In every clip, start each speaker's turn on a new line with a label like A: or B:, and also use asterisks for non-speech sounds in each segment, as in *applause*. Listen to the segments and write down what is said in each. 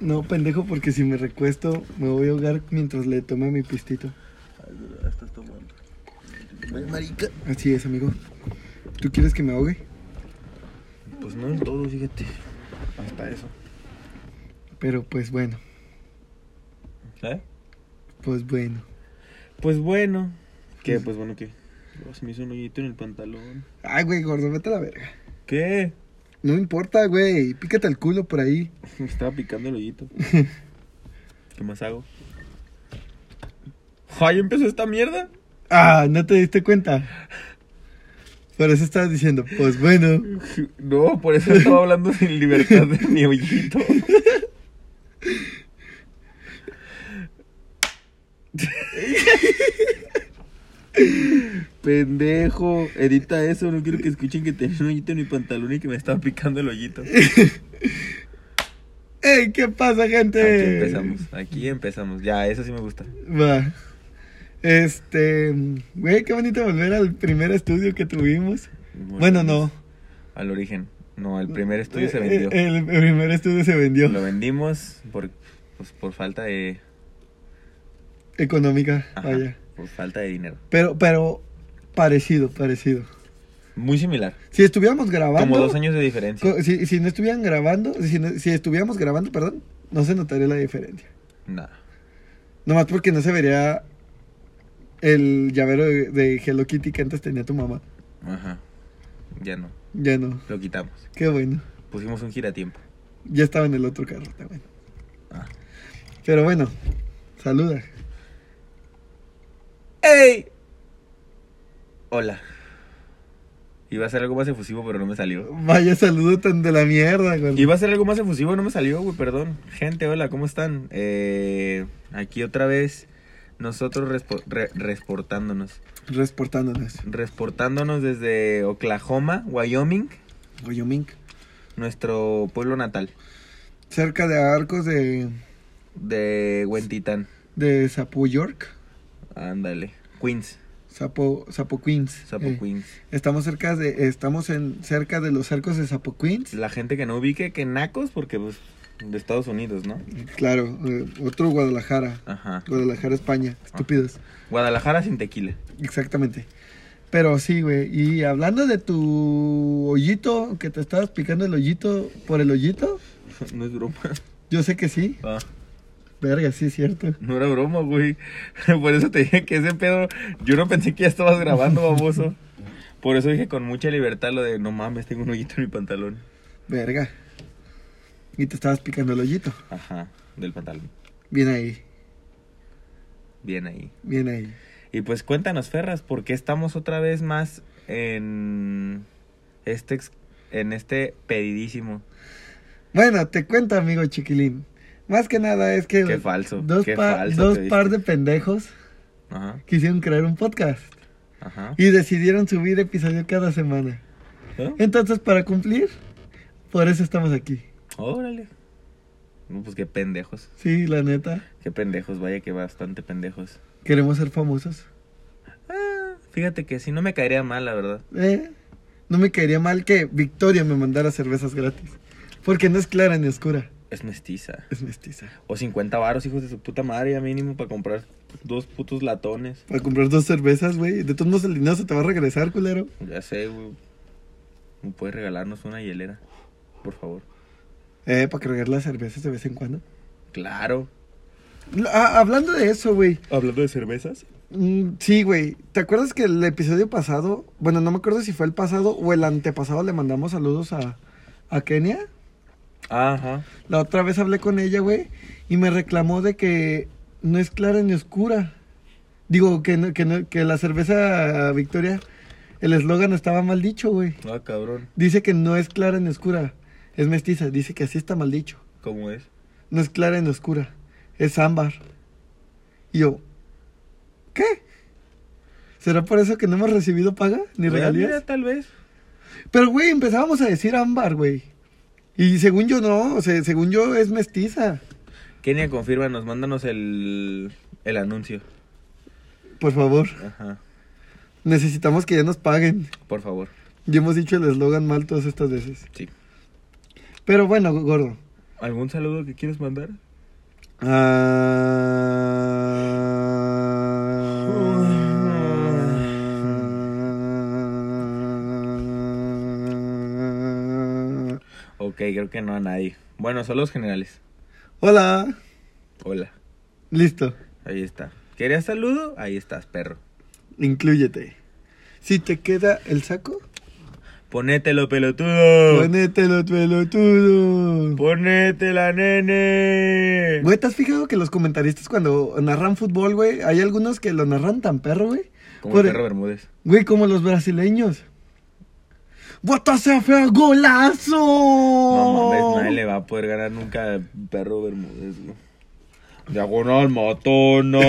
A: No, pendejo, porque si me recuesto me voy a ahogar mientras le tome mi pistito.
B: Ah, Estás tomando. Ven, marica.
A: Así es, amigo. ¿Tú quieres que me ahogue?
B: Pues no en todo, fíjate. Hasta eso.
A: Pero pues bueno,
B: ¿Eh?
A: pues bueno.
B: Pues bueno. ¿Qué? Pues bueno, ¿qué? Oh, se me hizo un hoyito en el pantalón.
A: Ay, güey, gordo, vete a la verga.
B: ¿Qué?
A: No importa, güey. Pícate el culo por ahí.
B: *laughs* Me estaba picando el *laughs* hoyito. ¿Qué más hago? ¡Ay, empezó esta mierda!
A: Ah, no te diste cuenta. Por eso estabas diciendo, pues bueno.
B: *laughs* No, por eso estaba hablando sin libertad de mi hoyito. Pendejo, edita eso, no quiero que escuchen que tenía un hoyito en mi pantalón y que me estaba picando el hoyito.
A: ¡Ey, qué pasa, gente!
B: Aquí empezamos, aquí empezamos. Ya, eso sí me gusta.
A: Va. Este, güey, qué bonito volver al primer estudio que tuvimos. Bueno, no.
B: Al origen. No, el primer estudio se vendió.
A: Eh, El primer estudio se vendió.
B: Lo vendimos por, pues, por falta de...
A: Económica,
B: ajá,
A: vaya.
B: por falta de dinero.
A: Pero, pero, parecido, parecido.
B: Muy similar.
A: Si estuviéramos grabando.
B: Como dos años de diferencia.
A: co- Si, si no estuvieran grabando, si, no- si estuviéramos grabando, perdón, no se notaría la diferencia.
B: Nada.
A: Nomás porque no se vería el llavero de, de Hello Kitty que antes tenía tu mamá.
B: Ajá. Ya no.
A: Ya no.
B: Lo quitamos.
A: Qué bueno.
B: Pusimos un giratiempo.
A: Ya estaba en el otro carro también.
B: Ah.
A: Pero bueno, saluda.
B: ¡Ey! Hola. Iba a ser algo más efusivo, pero no me salió.
A: Vaya saludo tan de la mierda, güey.
B: Iba a ser algo más efusivo, no me salió, güey, perdón. Gente, hola, ¿cómo están? Eh, aquí otra vez nosotros respo- re- reportándonos.
A: Resportándonos.
B: Reportándonos desde Oklahoma, Wyoming,
A: Wyoming.
B: nuestro pueblo natal,
A: Cerca de arcos de,
B: de Huentitán.
A: de Sapo York.
B: Ándale, Queens,
A: Sapo, Sapo Queens.
B: Sapo
A: eh.
B: Queens.
A: Estamos cerca de, estamos en, cerca de los arcos de Sapo Queens.
B: La gente que no ubique, que nacos, porque pues de Estados Unidos, ¿no?
A: Claro, eh, otro Guadalajara.
B: Ajá.
A: Guadalajara, España.
B: Ah.
A: Estúpidos.
B: Guadalajara sin tequila. *laughs*
A: Exactamente. Pero sí, güey. Y hablando de tu hoyito, que te estabas picando el hoyito por el hoyito,
B: No es broma.
A: yo sé que sí.
B: Ah,
A: Verga, sí es cierto.
B: no era broma, güey. *laughs* Por eso te dije que ese pedo. Yo no pensé que ya estabas grabando, baboso. Por eso dije con mucha libertad lo de no mames, tengo un hoyito en mi pantalón.
A: Verga. Y te estabas picando el hoyito.
B: Ajá, del pantalón.
A: Bien ahí,
B: Bien ahí.
A: bien ahí.
B: Y pues cuéntanos, Ferras, ¿por qué estamos otra vez más en este, ex- en este pedidísimo?
A: Bueno, te cuento, amigo chiquilín. Más que nada es que
B: Qué falso,
A: dos,
B: qué
A: pa-
B: falso
A: dos
B: te viste.
A: par de pendejos
B: Ajá,
A: quisieron crear un podcast
B: ajá.
A: y decidieron subir episodio cada semana. ¿Ah?
B: ¿Eh?
A: Entonces, para cumplir, por eso estamos aquí.
B: Órale. No, pues qué pendejos.
A: Sí, la neta,
B: Qué pendejos, vaya que bastante pendejos.
A: queremos ser famosos.
B: Ah, fíjate que si no me caería mal, la verdad.
A: ¿eh? No me caería mal que Victoria me mandara cervezas gratis. Porque no es clara ni oscura,
B: Es mestiza.
A: es mestiza.
B: O 50 varos, hijos de su puta madre, ya mínimo, para comprar dos putos latones.
A: Para comprar dos cervezas, güey. De todos modos, el dinero se te va a regresar, culero.
B: Ya sé, güey. ¿Me puedes regalarnos una hielera? Por favor.
A: Eh, para cargar las cervezas de vez en cuando.
B: Claro.
A: Ah, hablando de eso, güey.
B: Hablando de cervezas.
A: Mm, sí, güey. ¿Te acuerdas que el episodio pasado, bueno, no me acuerdo si fue el pasado o el antepasado, le mandamos saludos a, a Kenia?
B: Ajá.
A: La otra vez hablé con ella, güey, y me reclamó de que no es clara ni oscura. Digo, que, no- que, no- que la cerveza Victoria, el eslogan estaba mal dicho, güey.
B: Ah, cabrón.
A: Dice que no es clara ni oscura, es mestiza. Dice que así está mal dicho.
B: ¿Cómo es?
A: No es clara ni oscura, es ámbar. Y yo, ¿qué? ¿Será por eso que no hemos recibido paga ni
B: Ah,
A: regalías?
B: mira, tal vez.
A: Pero, güey, empezábamos a decir ámbar, güey. Y según yo no, o sea, según yo es mestiza.
B: Kenia, confírmanos, mándanos el, el anuncio.
A: Por favor,
B: Ajá.
A: necesitamos que ya nos paguen.
B: Por favor.
A: Ya hemos dicho el eslogan mal todas estas veces.
B: Sí.
A: Pero bueno, gordo,
B: ¿Algún saludo que quieres mandar?
A: Ah. Ah.
B: Ok, creo que no a nadie. Bueno, saludos generales.
A: Hola.
B: Hola.
A: Listo.
B: Ahí está. ¿Querías saludo? Ahí estás, perro.
A: Incluyete. Si te queda el saco,
B: Ponételo, pelotudo.
A: ponételo pelotudo.
B: Pues. Ponétela, nene.
A: Güey, ¿te has fijado que los comentaristas cuando narran fútbol, güey, hay algunos que lo narran tan perro, güey?
B: Como
A: Por- e-
B: el perro Bermúdez.
A: Güey, como los brasileños. ¡Bota se fue golazo!
B: No mames, nadie le va a poder ganar nunca al perro Bermúdez, güey.
A: *laughs*
B: Diagonal Matono.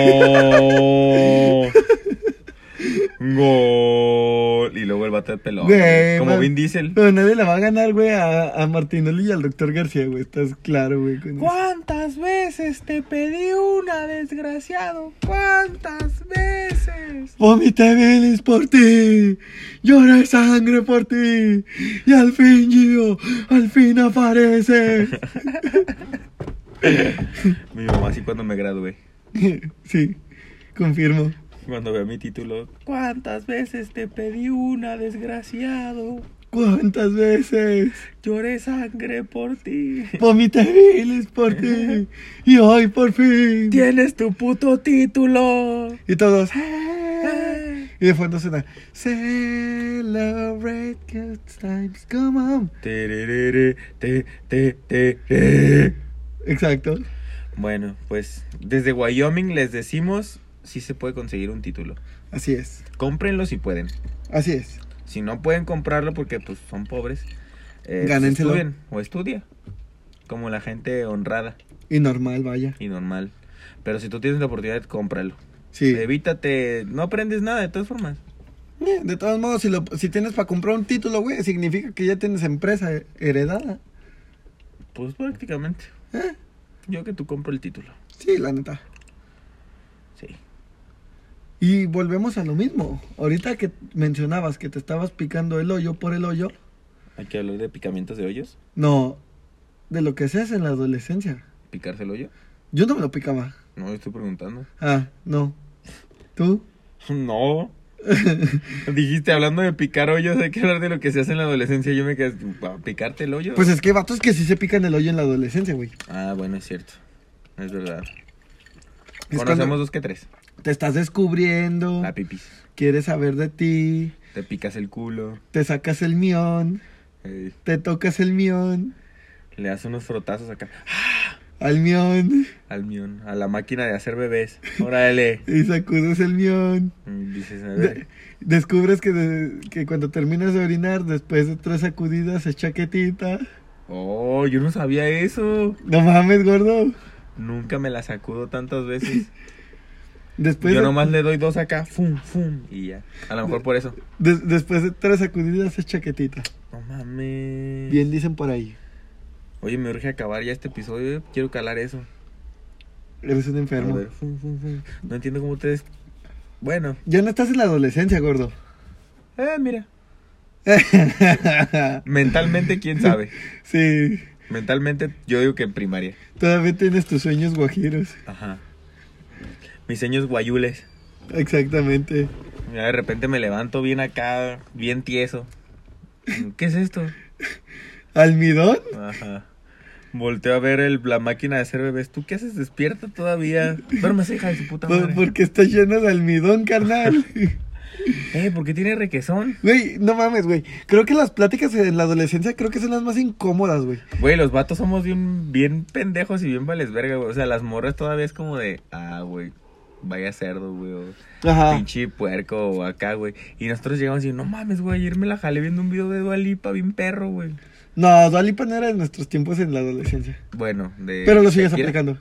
B: Gol. Y luego el bate de pelón.
A: Güey,
B: Como
A: man.
B: Vin Diesel.
A: Pero nadie le va a ganar, güey, a, a Martinoli y al doctor García, güey. Estás claro, güey. con eso.
B: ¿Cuántas veces te pedí una, desgraciado? ¿Cuántas veces?
A: Vomité bilis por ti, lloré sangre por ti, y al fin Gio, al fin
B: *laughs*
A: aparece.
B: Mi mamá sí cuando me gradué.
A: sí, confirmo.
B: Cuando veo mi título. ¿Cuántas veces te pedí una, desgraciado?
A: ¿Cuántas veces
B: Lloré sangre por ti.
A: vomité bilis por ti, y hoy por fin?
B: Tienes tu puto título.
A: Y todos. "Eh". Y de fondo suena. Celebrate good times, come on.
B: Tererere, te, te, te, re.
A: Exacto.
B: Bueno, pues desde Wyoming les decimos si se puede conseguir un título.
A: Así es.
B: Cómprenlo si pueden.
A: Así es.
B: Si no pueden comprarlo porque pues son pobres, eh, pues,
A: Gánenselo.
B: estudien o estudia. Como la gente honrada
A: Y normal, vaya.
B: y normal. Pero si tú tienes la oportunidad, cómpralo.
A: Sí.
B: Evítate, no aprendes nada de todas formas.
A: Eh, De todos modos, si, lo, si tienes para comprar un título, güey, significa que ya tienes empresa he- heredada.
B: Pues prácticamente.
A: ¿Eh?
B: Yo que tú compro el título.
A: Sí, la neta.
B: Sí.
A: Y volvemos a lo mismo. Ahorita que mencionabas que te estabas picando el hoyo por el hoyo,
B: Hay que hablar de picamientos de hoyos.
A: no, de lo que se hace en la adolescencia.
B: Picarse el hoyo.
A: Yo no me lo picaba.
B: No, yo estoy preguntando.
A: Ah, no. ¿Tú?
B: *laughs* No. *laughs* Dijiste, hablando de picar hoyos, hay que hablar de lo que se hace en la adolescencia. Yo me quedé, ¿pa- ¿picarte el hoyo?
A: Pues es que hay vatos que sí se pican el hoyo en la adolescencia, güey.
B: Ah, bueno, es cierto. Es verdad.
A: Es
B: Conocemos
A: cuando
B: dos que tres.
A: te estás descubriendo,
B: La pipis.
A: quieres saber de ti,
B: Te picas el culo.
A: te sacas el mión,
B: eh,
A: te tocas el mión,
B: le das unos frotazos acá
A: al mión,
B: al mión, a la máquina de hacer bebés. *laughs* Órale.
A: y sacudes el mión.
B: Mm, Dices, a
A: De-
B: ver.
A: descubres que, de- que cuando terminas de orinar, después de tres sacudidas, es chaquetita.
B: Oh, yo no sabía eso.
A: No mames, gordo.
B: Nunca me la sacudo tantas *laughs* veces.
A: Después,
B: yo
A: de,
B: nomás le doy dos acá, fum, fum, y ya. A lo mejor por eso.
A: de- después de tres sacudidas, es chaquetita.
B: No mames.
A: Bien dicen por ahí.
B: Oye, me urge acabar ya este episodio. eh. Quiero calar eso.
A: Eres un
B: A
A: enfermo.
B: ver, fum, fum, fum. No entiendo cómo ustedes. Bueno,
A: Ya no estás en la adolescencia, gordo.
B: eh, mira. Mentalmente, quién *laughs* sabe.
A: sí,
B: Mentalmente, yo digo que en primaria.
A: todavía tienes tus sueños guajiros.
B: Ajá. Mis sueños guayules.
A: Exactamente.
B: Ya de repente me levanto bien acá, bien tieso. ¿Qué es esto?
A: ¿Almidón?
B: Ajá. Volteo a ver el, la máquina de hacer bebés. ¿Tú qué haces despierta todavía? Duérmase, hija de su puta
A: Por-
B: madre.
A: porque está lleno de almidón, carnal.
B: Eh, ¿por qué tiene requesón?
A: Güey, no mames, güey. Creo que las pláticas en la adolescencia creo que son las más incómodas, güey.
B: Güey, los vatos somos bien, bien pendejos y bien vales verga, güey. O sea, las morras todavía es como de, ah, güey, vaya cerdo, güey. o
A: Ajá.
B: Pinche puerco o acá, güey. Y nosotros llegamos y no mames, güey, ayer me la jalé viendo un video de Dualipa bien perro, güey.
A: No, Dualipa no era de nuestros tiempos en la adolescencia.
B: Bueno, de.
A: Pero lo sigues
B: Shakira.
A: aplicando.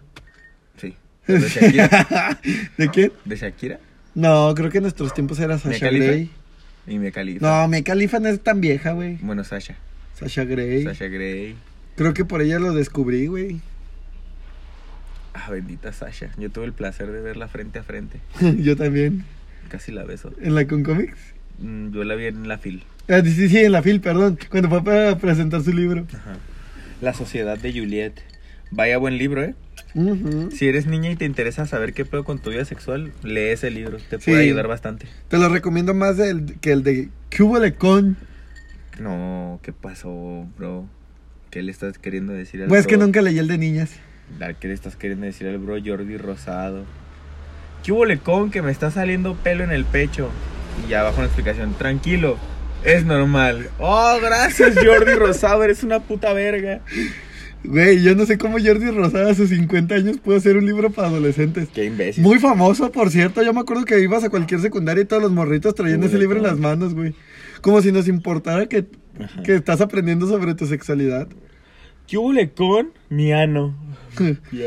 B: Sí. ¿De Shakira?
A: *laughs* ¿De quién?
B: ¿De Shakira?
A: No, creo que en nuestros tiempos era Sasha
B: ¿Mia Khalifa?
A: Grey.
B: Y me califica.
A: No, Mia Khalifa no es tan vieja, güey.
B: Bueno, Sasha.
A: Sasha Grey.
B: Sasha Grey.
A: Creo que por ella lo descubrí, güey. *laughs*
B: Ah, bendita Sasha. Yo tuve el placer de verla frente a frente.
A: Yo también.
B: Casi la beso.
A: En la Concomics.
B: Mm, Yo la vi en la fil.
A: Ah, sí, sí, en la fil, perdón. Cuando papá a presentar su libro.
B: Ajá. La sociedad de Juliet. Vaya buen libro, ¿eh?
A: Ujú.
B: Si eres niña y te interesa saber qué pedo con tu vida sexual, lee ese libro. Te
A: Sí.
B: puede ayudar bastante.
A: Te lo recomiendo más del, que el de ¿Qué hubo le con?
B: No, ¿qué pasó, bro? ¿Qué le estás queriendo decir al
A: Pues es que
B: bro?
A: nunca leí el de niñas.
B: Dar, ¿Qué le estás queriendo decir al bro Jordi Rosado? ¿Qué hubo lecón que me está saliendo pelo en el pecho? Y ya abajo una explicación. Tranquilo, es normal. Oh, gracias Jordi Rosado, eres una puta verga.
A: Güey, yo no sé cómo Jordi Rosada a sus 50 años pudo hacer un libro para adolescentes.
B: Qué imbécil.
A: Muy famoso, por cierto. Yo me acuerdo que ibas a cualquier secundaria y todos los morritos trayendo
B: Uy,
A: ese libro en
B: no.
A: las manos, güey. Como si nos importara que,
B: Ajá.
A: que estás aprendiendo sobre tu sexualidad. *laughs*
B: ¿Qué hubo lecón? Mi ano.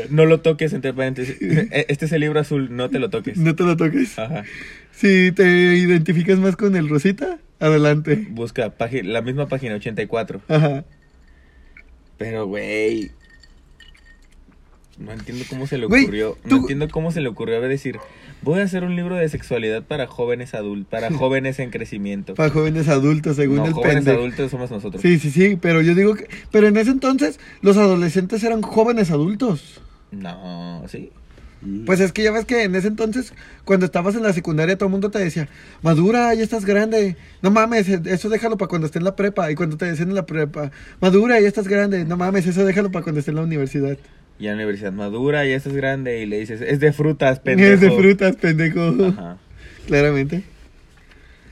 B: No lo toques, entre paréntesis. E- Este es el libro azul, no te lo toques.
A: No te lo toques.
B: Ajá.
A: Si te identificas más con el Rosita, adelante.
B: Busca págin- la misma página 84.
A: Ajá.
B: Pero, güey. No entiendo cómo se le
A: Güey,
B: ocurrió.
A: tú-
B: No entiendo cómo se le ocurrió a ver decir. Voy a hacer un libro de sexualidad para jóvenes
A: *laughs*
B: adultos. Para jóvenes en crecimiento.
A: Para jóvenes adultos, según
B: no,
A: el
B: jóvenes
A: pendejo.
B: adultos somos nosotros.
A: Sí, sí, sí, pero yo digo que... Pero en ese entonces, los adolescentes eran jóvenes adultos.
B: No, sí.
A: Pues es que ya ves que en ese entonces, cuando estabas en la secundaria, todo el mundo te decía, madura, ya estás grande, no mames, e, eso déjalo para cuando esté en la prepa. Y cuando te decían en la prepa, madura, ya estás grande, no mames, eso déjalo para cuando esté en la universidad.
B: Y a la universidad madura, ya estás grande. Y le dices, es de frutas,
A: *laughs*
B: pendejo.
A: Es de frutas, pendejo.
B: Ajá.
A: Claramente.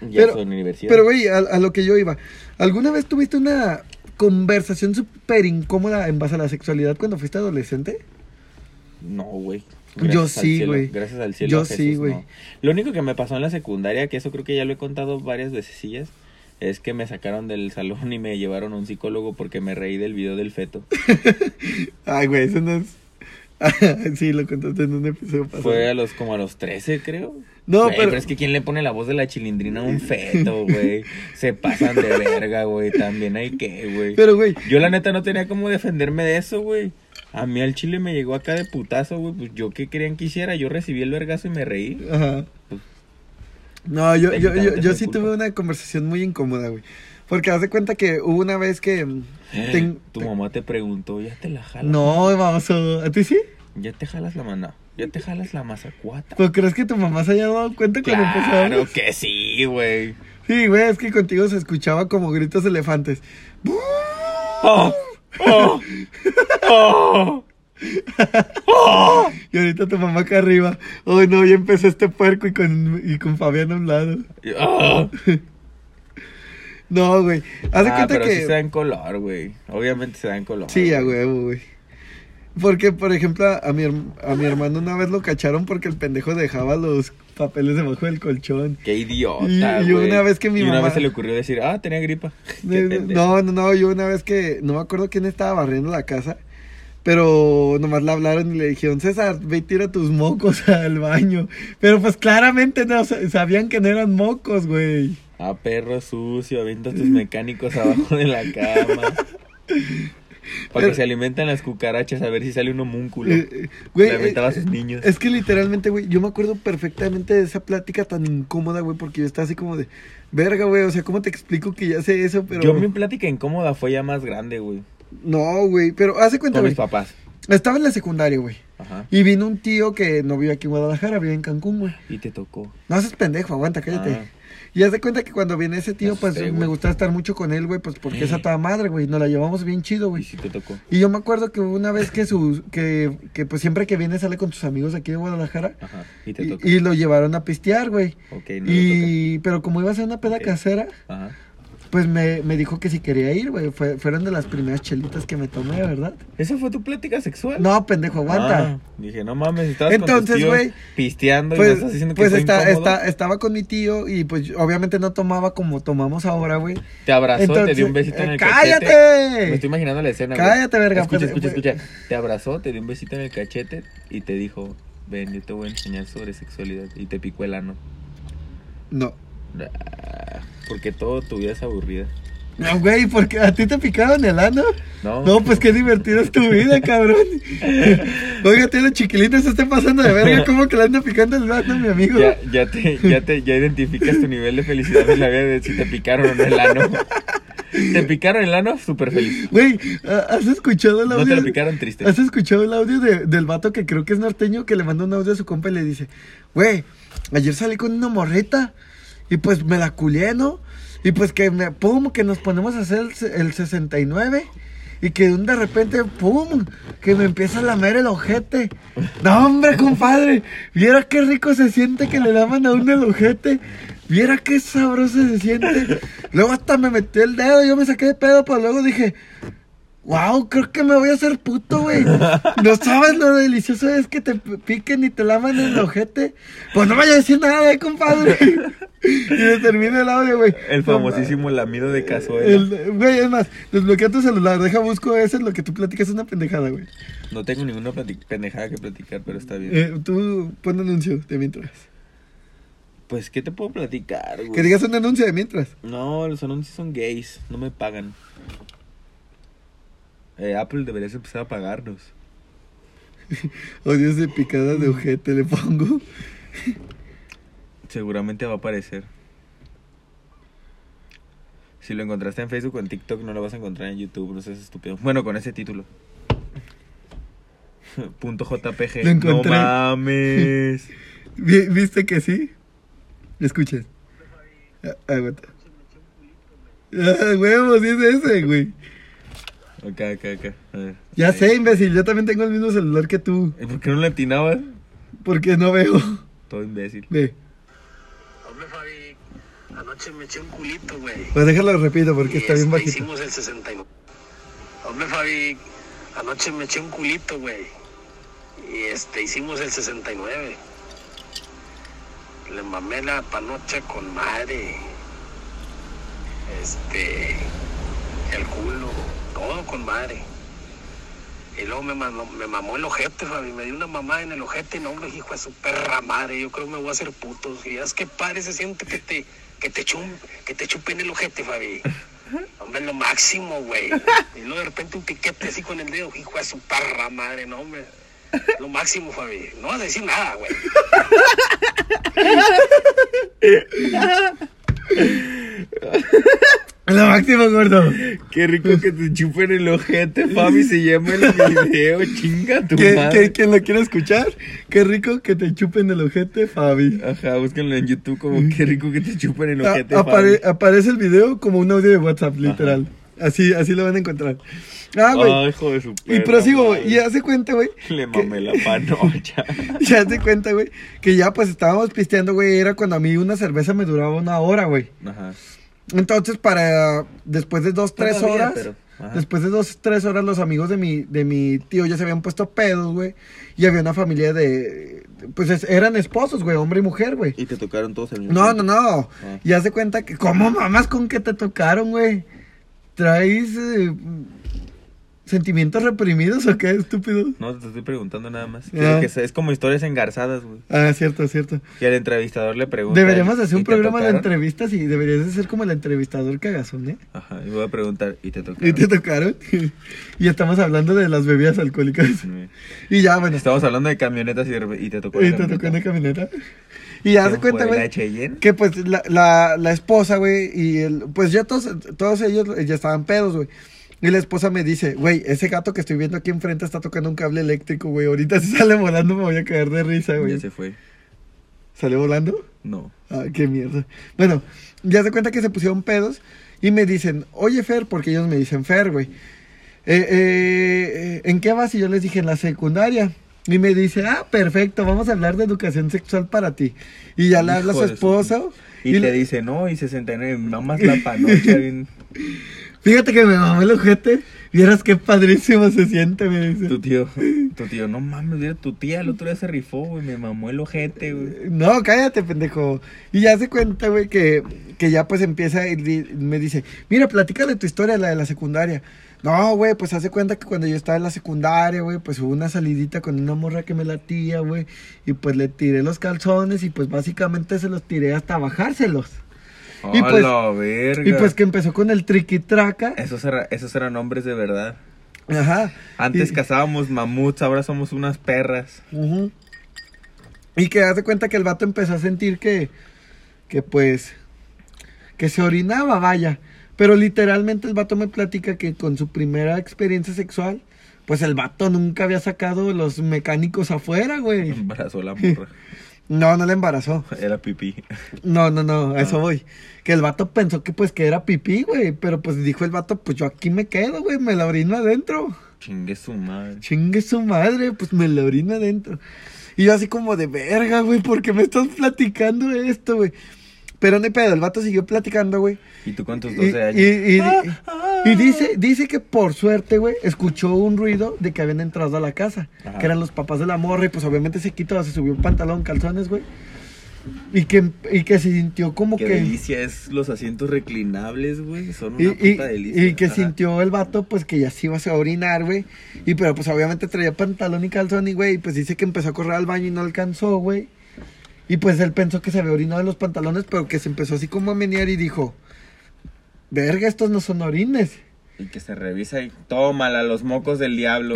B: Ya
A: Pero-
B: son universidad.
A: Pero, güey, a, a lo que yo iba, ¿alguna vez tuviste una conversación súper incómoda en base a la sexualidad cuando fuiste adolescente?
B: No, güey.
A: Yo
B: Gracias al
A: sí,
B: cielo,
A: güey.
B: Gracias al cielo.
A: Yo
B: a Jesús,
A: sí, güey.
B: no. Lo único que me pasó en la secundaria, que eso creo que ya lo he contado varias vececillas, es que me sacaron del salón y me llevaron a un psicólogo porque me reí del video
A: *laughs*
B: del feto.
A: Ay, güey, eso no es... *laughs* sí, lo contaste en un episodio pasado.
B: Fue a los como a los 13, creo.
A: No,
B: Güey,
A: pero-
B: pero es que quién le pone la voz de la chilindrina
A: *laughs*
B: a un feto, güey. Se pasan de verga, güey. También hay que, güey.
A: Pero, güey,
B: Yo la neta no tenía cómo defenderme de eso, güey. A mí al chile me llegó acá de putazo, güey. Pues yo qué querían que hiciera. Yo recibí el vergazo y me reí.
A: Ajá. No, yo, yo, yo,
B: Técnicamente
A: yo
B: fue
A: sí
B: culpa.
A: tuve una conversación muy incómoda, güey. Porque haz de cuenta que hubo una vez que... mm, ten-
B: Eh, Tu mamá te preguntó, ¿ya te la jalas?
A: No, vamos, ¿a ti sí?
B: ¿Ya te jalas la mano? ¿Ya te jalas la mazacuata?
A: ¿Tú crees que tu mamá se haya dado cuenta cuando
B: Claro
A: empezamos?
B: que sí, güey.
A: Sí, güey, es que contigo se escuchaba como gritos de elefantes.
B: ¡Oh! ¡Oh! ¡Oh! ¡Oh!
A: Y ahorita tu mamá acá arriba. Ay, no, ya empezó este puerco y con, y con Fabián a un lado.
B: ¡Oh!
A: No, güey. Haz de
B: Ah,
A: cuenta
B: pero
A: que...
B: sí se da en color, güey. Obviamente se da en color.
A: Sí, a huevo, güey. Porque, por ejemplo, a, a mi, herm- a mi hermano una vez lo cacharon porque el pendejo dejaba los papeles debajo del colchón.
B: Qué idiota,
A: Y- y
B: güey.
A: una vez que mi
B: Y una
A: mamá-
B: vez se le ocurrió decir, ah, tenía gripa. *laughs* Qué pendejo.
A: No, no, no, yo una vez que, no me acuerdo quién estaba barriendo la casa, pero nomás le hablaron y le dijeron, César, ve y tira tus mocos *laughs* al baño. Pero pues claramente no, sa- sabían que no eran mocos, güey.
B: Ah, perro sucio, avientas tus mecánicos abajo de la cama. Para que
A: Pero-
B: se alimentan las cucarachas, a ver si sale un homúnculo.
A: Eh, eh, güey,
B: Le aventaba a
A: eh,
B: sus niños.
A: Es que literalmente, güey, yo me acuerdo perfectamente de esa plática tan incómoda, güey, porque yo estaba así como de, verga, güey, o sea, ¿cómo te explico que ya sé eso? Pero...
B: Yo mi plática incómoda fue ya más grande, güey.
A: No, güey, pero hace cuenta,
B: Con mis
A: güey.
B: papás.
A: Estaba en la secundaria, güey.
B: Ajá.
A: Y vino un tío que no vive aquí en Guadalajara, vive en Cancún, güey.
B: Y te tocó.
A: No haces pendejo, aguanta, cállate.
B: Ah.
A: Y haz de cuenta que cuando viene ese tío,
B: Me
A: pues
B: asusté,
A: me
B: güey.
A: gustaba estar mucho con él, güey, pues porque es a toda madre, güey. Nos la llevamos bien chido,
B: Ah, Y
A: güey.
B: sí te tocó.
A: Y yo me acuerdo que una vez que su, que, que pues siempre que viene sale con sus amigos aquí de Guadalajara.
B: Ajá. Y te
A: Y,
B: tocó.
A: y lo llevaron a pistear, güey.
B: Ok, no le
A: y, pero como iba a ser una peda
B: Ok.
A: casera,
B: toca. Ajá.
A: pues me, me dijo que si quería ir, güey. Fue- fueron de las primeras chelitas que me tomé, ¿verdad?
B: ¿Esa fue tu plática sexual?
A: No, pendejo, aguanta.
B: Ah, dije, no mames, estabas con tus
A: Entonces,
B: tíos
A: güey,
B: pisteando y me
A: Pues,
B: estás diciendo que
A: pues
B: fue
A: está,
B: incómodo.
A: está- estaba con mi tío y pues yo- obviamente no tomaba como tomamos ahora, güey.
B: Te abrazó, te dio
A: Entonces,
B: un besito en
A: eh,
B: el
A: ¡cállate!
B: cachete. Me estoy imaginando la escena. güey.
A: Eh, Cállate, verga,
B: Escucha,
A: pues,
B: escucha,
A: güey.
B: escucha. Te abrazó, te dio un besito en el cachete y te dijo, ven, yo te voy a enseñar sobre sexualidad. Y te picó el ano.
A: No.
B: Ah, Porque todo tu vida es aburrida.
A: No, güey, porque a ti te picaron el ano.
B: No,
A: No, pues qué divertida es tu
B: *laughs*
A: vida, cabrón. Oiga, tío, los chiquilines se están pasando de
B: *laughs*
A: verga. ¿Cómo que le anda picando el ano, mi amigo?
B: Ya, ya te, ya te, ya identificas tu nivel de felicidad en la vida de si te picaron o no el ano. Te picaron el ano súper feliz.
A: Güey, ¿has escuchado el
B: No
A: audio?
B: te lo picaron triste.
A: ¿Has escuchado el audio de- del vato que creo que es norteño que le manda un audio a su compa y le dice, güey, ayer salí con una morrita y pues me la culié, ¿no? Y pues que me, pum, que nos ponemos a hacer el, se- el 69 y que de un de repente, pum, que me empieza a lamer el ojete. No, hombre, compadre, viera qué rico se siente que le laman a uno el ojete. Viera qué sabroso se siente. Luego hasta me metí el dedo, yo me saqué de pedo, pero luego dije, Wow, creo que me voy a hacer puto, güey. No sabes lo delicioso es que te p- piquen y te laman el ojete. Pues no vaya a decir nada, eh,
B: *laughs*
A: compadre. Y me termina el audio, güey.
B: El
A: No,
B: famosísimo eh. lamido de
A: ma-
B: cazuela.
A: el- Güey, es más, desbloquea tu celular, deja busco ese, lo que tú platicas es una pendejada, güey.
B: No tengo ninguna plati- pendejada que platicar, pero está bien.
A: Eh, tú pon anuncio de mientras.
B: Pues, ¿qué te puedo platicar, güey?
A: Que digas un anuncio de mientras.
B: No, los anuncios son gays, no me pagan. Eh, Apple deberías empezar a pagarnos.
A: Odios de picada de ojete le pongo.
B: Seguramente va a aparecer. Si lo encontraste en Facebook o en TikTok, no lo vas a encontrar en YouTube, no seas estúpido. Bueno, con ese título. *laughs* Punto JPG.
A: Lo encontré.
B: No mames. *laughs*
A: Vi- ¿Viste que sí? Escuchen. Ah, Aguanta. Ah, huevos, sí es ese, güey.
B: Acá, acá, acá. A ver.
A: Ya
B: Ahí.
A: sé, imbécil, yo también tengo el mismo celular que tú.
B: ¿Y ¿Por qué no le atinabas?
A: Porque no veo.
B: Todo imbécil.
A: Ve,
C: Hombre, Fabi, anoche me eché un culito, güey.
A: pues déjalo repito porque
C: Y
A: está bien
C: este,
A: bajito.
C: Hicimos el 69. Hombre, Fabi, anoche me eché un culito, güey. Y este, hicimos el 69. Le mamé la panocha con madre. Este, el culo, todo con madre. Y luego me, mandó- me mamó el ojete, Fabi. Me dio una mamada en el ojete. No, hombre, hijo de su perra madre. Yo creo que me voy a hacer putos. Y es que padre se siente que te, que te, chum- que te chupen el ojete, Fabi. Hombre, lo máximo, güey. Y luego de repente un piquete así con el dedo. Hijo de su perra madre, no, hombre. Lo máximo, Fabi. No vas a decir nada, güey.
A: Lo máximo, gordo.
B: Qué rico que te chupen el ojete, Fabi. Se llama
A: *laughs*
B: el video. Chinga tu
A: ¿Qué-
B: madre.
A: qué- ¿Quién lo quiere escuchar? Qué rico que te chupen el ojete, Fabi.
B: Ajá, búsquenlo en YouTube como qué rico que te chupen el
A: A-
B: ojete.
A: Mm. Ah, apare-
B: Fabi.
A: aparece el video como un audio de WhatsApp, literal. Así, así lo van a encontrar. Ah, güey.
B: Ay, hijo de su
A: y
B: perra
A: prosigo, güey.
B: madre.
A: Y hace cuenta, güey.
B: *laughs* Le
A: que- *laughs*
B: mamé la panocha.
A: Ya te cuenta, güey, que ya pues estábamos pisteando, güey, era cuando a mí una cerveza me duraba una hora, güey.
B: Ajá.
A: Entonces, para después de dos, tres
B: Todavía,
A: horas,
B: pero, ajá.
A: después de dos, tres horas, los amigos de mi, de mi tío ya se habían puesto pedos, güey, y había una familia de, pues es- eran esposos, güey, hombre y mujer, güey.
B: Y te tocaron todos el mismo.
A: No, no, no,
B: Ah.
A: y hace cuenta que, ¿cómo mamás con que te tocaron, güey? ¿Traes eh, sentimientos reprimidos o qué, estúpido?
B: No, te estoy preguntando nada más.
A: Ya.
B: Quiero que se- es como historias engarzadas, güey.
A: Ah, cierto, cierto.
B: Y al entrevistador le pregunta.
A: Deberíamos
B: ¿y
A: hacer un
B: te
A: programa de
B: tocaron?
A: entrevistas y deberías de ser como el entrevistador cagazón, ¿eh?
B: Ajá, y voy a preguntar, ¿y te tocaron?
A: Y te tocaron. *laughs* y estamos hablando de las bebidas alcohólicas. Y ya, bueno.
B: Estamos hablando de camionetas y, de repente- y te tocó.
A: Y te tocó en la camioneta. Y ya se
B: ¿Quién
A: cuenta,
B: fue? ¿La
A: güey.
B: Cheyenne?
A: Que pues la, la, la esposa, güey, y el, pues ya todos, todos ellos ya estaban pedos, güey. Y la esposa me dice, güey, ese gato que estoy viendo aquí enfrente está tocando un cable eléctrico, güey. Ahorita si sale volando me voy a caer de risa,
B: Ya
A: güey.
B: se fue.
A: ¿Sale volando?
B: No.
A: Ah, qué mierda. Bueno, ya se cuenta que se pusieron pedos y me dicen, oye Fer, porque ellos me dicen Fer, güey. "eh, eh, eh, ¿En qué vas? Y yo les dije, en la secundaria. Y me dice, ah, perfecto, vamos a hablar de educación sexual para ti. Y ya le habla a su
B: Hijo de
A: esposo.
B: Y, te
A: le-
B: dice, no, y 69, mamás la
A: *laughs*
B: panocha. bien.
A: Fíjate que me mamé el ojete. Vieras qué padrísimo se siente, me dice.
B: Tu tío,
A: *laughs*
B: tu tío, no mames, mira, tu tía el otro día se rifó, güey, me mamó el ojete, güey.
A: No, cállate, pendejo. Y ya se cuenta, güey, que, que ya pues empieza y di- me dice, mira, platícale tu historia, la de la secundaria. No, güey, pues hace cuenta que cuando yo estaba en la secundaria, güey, pues hubo una salidita con una morra que me latía, güey, y pues le tiré los calzones y pues básicamente se los tiré hasta bajárselos. Y
B: Y
A: pues-
B: la verga.
A: Y pues que empezó con el triquitraca.
B: Esos, era- esos eran hombres de verdad.
A: Ajá.
B: Antes
A: Y-
B: cazábamos mamuts, ahora somos unas perras.
A: Ujú. Y que hace cuenta que el vato empezó a sentir que, que pues, que se orinaba, vaya. Pero literalmente el vato me platica que con su primera experiencia sexual, pues el vato nunca había sacado los mecánicos afuera, güey.
B: Embarazó
A: *laughs*
B: la morra.
A: No, no le embarazó.
B: Era pipí.
A: No, no, no, a eso
B: Ah.
A: voy. Que el vato pensó que pues que era pipí, güey. Pero pues dijo el vato, pues yo aquí me quedo, güey, me la orino adentro.
B: Chingue su madre.
A: Chingue su madre, pues me la orino adentro. Y yo así como de verga, güey, ¿por qué me estás platicando esto, güey? Pero no hay pedo, el vato siguió platicando, güey.
B: ¿Y tú cuántos
A: Y,
B: 12 años?
A: y- y- y dice, dice que por suerte, güey, escuchó un ruido de que habían entrado a la casa.
B: Ajá.
A: Que eran los papás de la morra y pues obviamente se quitó, se subió un pantalón, calzones, güey. Y que, y que se sintió como
B: Qué
A: que...
B: delicia es los asientos reclinables, güey. Son
A: Y,
B: una
A: y-
B: puta delicia.
A: y que
B: Ajá.
A: sintió el vato, pues que ya se iba a orinar, güey. Y pero pues obviamente traía pantalón y calzón y, güey, pues dice que empezó a correr al baño y no alcanzó, güey. Y pues él pensó que se había orinado en los pantalones, pero que se empezó así como a menear y dijo, verga, estos no son orines.
B: Y que se revisa y tómala, los mocos del diablo.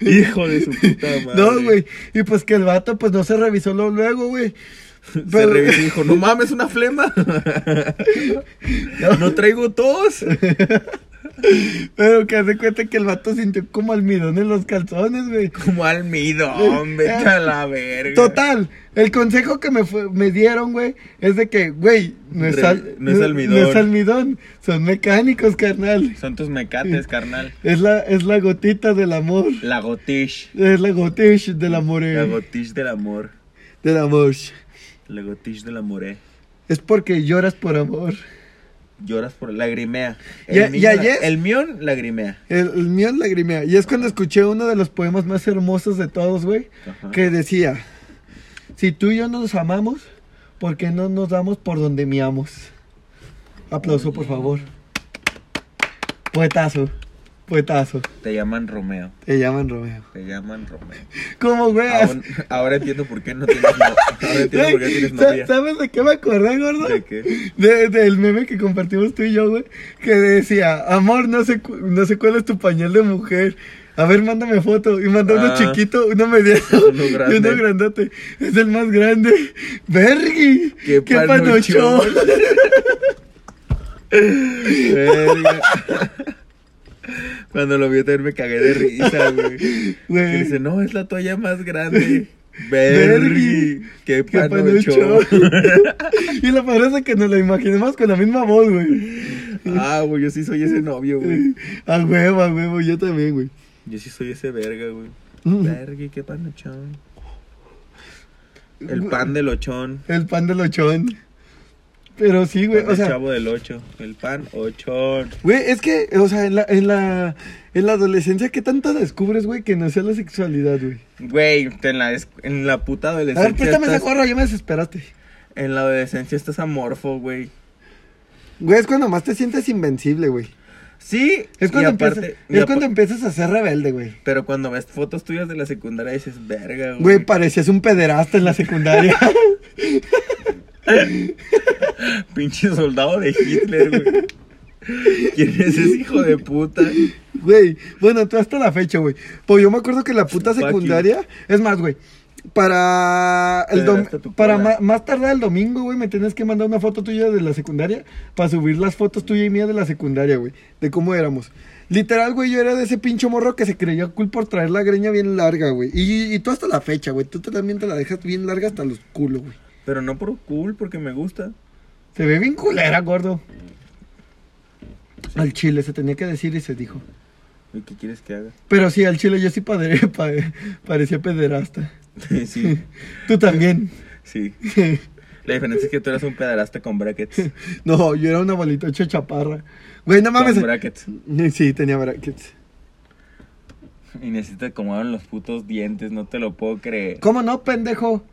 B: Hijo de su puta madre.
A: No, güey. Y pues que el vato, pues no se revisó lo- luego, güey.
B: *laughs* Se
A: Pero-
B: revisó y dijo, no mames, una flema. no traigo tos.
A: Pero que hace cuenta que el vato sintió como almidón en los calzones, güey.
B: Como almidón, vete a la verga.
A: Total, el consejo que me, fue- me dieron, güey, es de que, güey, no es,
B: Re-
A: al-
B: no es almidón.
A: no es almidón, son mecánicos, carnal.
B: Son tus mecates, carnal.
A: Es la, es la gotita del amor.
B: La gotish.
A: Es la gotish del amor. eh,
B: La gotish del amor.
A: Del amor.
B: La gotish del amoré.
A: Es porque lloras por amor.
B: Lloras por lagrimea.
A: Ya-
B: mío
A: ya
B: la-
A: yes.
B: el mión lagrimea.
A: El, el mío es lagrimea. Y es cuando escuché uno de los poemas más hermosos de todos, güey,
B: Ajá.
A: que decía, si tú y yo nos amamos, ¿por qué no nos damos por donde miamos? Aplauso, por favor. Poetazo, poetazo.
B: Te llaman Romeo.
A: Te llaman Romeo.
B: Te llaman Romeo.
A: ¿Cómo, güey?
B: Ahora, ahora entiendo por qué no tienes novia. Ahora entiendo por qué
A: Güey,
B: *laughs* tienes
A: ¿sa-
B: novia.
A: ¿Sabes de qué me acordé, gordo?
B: ¿De qué?
A: De- del meme que compartimos tú y yo, güey, que decía, amor, no sé, cu- no sé cuál es tu pañal de mujer. A ver, mándame foto. Y mandó uno
B: Ah.
A: chiquito, uno mediano
B: *laughs* Uno grande.
A: y uno grandote. Es el más grande. ¡Vergui!
B: Qué panochón. *laughs* Verga. Cuando lo vi también me cagué de risa, güey.
A: Güey.
B: Que Dice, no, es la toalla más grande.
A: Vergui.
B: Vergui.
A: ¡Qué
B: Qué panocho. *laughs*
A: panochón! *laughs* y la verdad es que nos lo imaginamos con la misma voz, güey.
B: Ah, güey, yo sí soy ese novio, güey.
A: A huevo, a huevo, yo también, güey.
B: Yo sí soy ese verga,
A: *laughs*
B: güey.
A: Mm.
B: Vergui, qué panochón. El pan del ochón.
A: El pan del ochón. Pero sí, güey,
B: Pan
A: o
B: del
A: sea,
B: chavo del ocho. El pan ochón.
A: güey, es que, o sea, en la, en la, en la adolescencia, ¿qué tanto descubres, güey, que no sea la sexualidad, güey?
B: Güey, en la, es- en la puta
A: A ver,
B: adolescencia.
A: préstame esa
B: estás-
A: gorra, ya me desesperaste.
B: en la adolescencia estás amorfo, güey.
A: Güey, es cuando más te sientes invencible, güey.
B: Sí,
A: Es
B: y
A: cuando,
B: aparte-
A: empiezas,
B: y
A: es
B: apa-
A: cuando empiezas a ser rebelde, güey.
B: Pero cuando ves fotos tuyas de la secundaria dices, verga, güey.
A: Güey, parecías un pederasta en la *laughs* secundaria.
B: Pinche soldado de
A: *laughs*
B: Hitler, güey. ¿Quién es ese hijo de puta?
A: Güey, bueno, tú hasta la fecha, güey. Pues yo me acuerdo que la puta
B: Fuck you.
A: secundaria, es más, güey, para el dom-
B: Pedraste tu
A: para
B: cola.
A: ma- más tarde el domingo, güey, me tienes que mandar una foto tuya de la secundaria para subir las fotos tuya y mía de la secundaria, güey, de cómo éramos. Literal, güey, yo era de ese pinche morro que se creyó cool por traer la greña bien larga, güey. Y, y tú hasta la fecha, güey, tú te- también te la dejas bien larga hasta los culos, güey.
B: Pero no por cool, porque me gusta.
A: Se ve bien culera, gordo. Al chile se tenía que decir y se dijo.
B: ¿Y qué quieres que haga? *laughs*
A: Pero sí, al chile yo sí padre- *laughs* pa- parecía pederasta.
B: sí,
A: Tú también.
B: sí. La diferencia es que tú eras un pederasta con brackets.
A: no, yo era una bolita hecha chaparra. Güey, no mames.
B: Con brackets.
A: Sí, tenía brackets.
B: Y necesitas acomodar los putos dientes, no te lo puedo creer.
A: ¿Cómo no, pendejo? *laughs*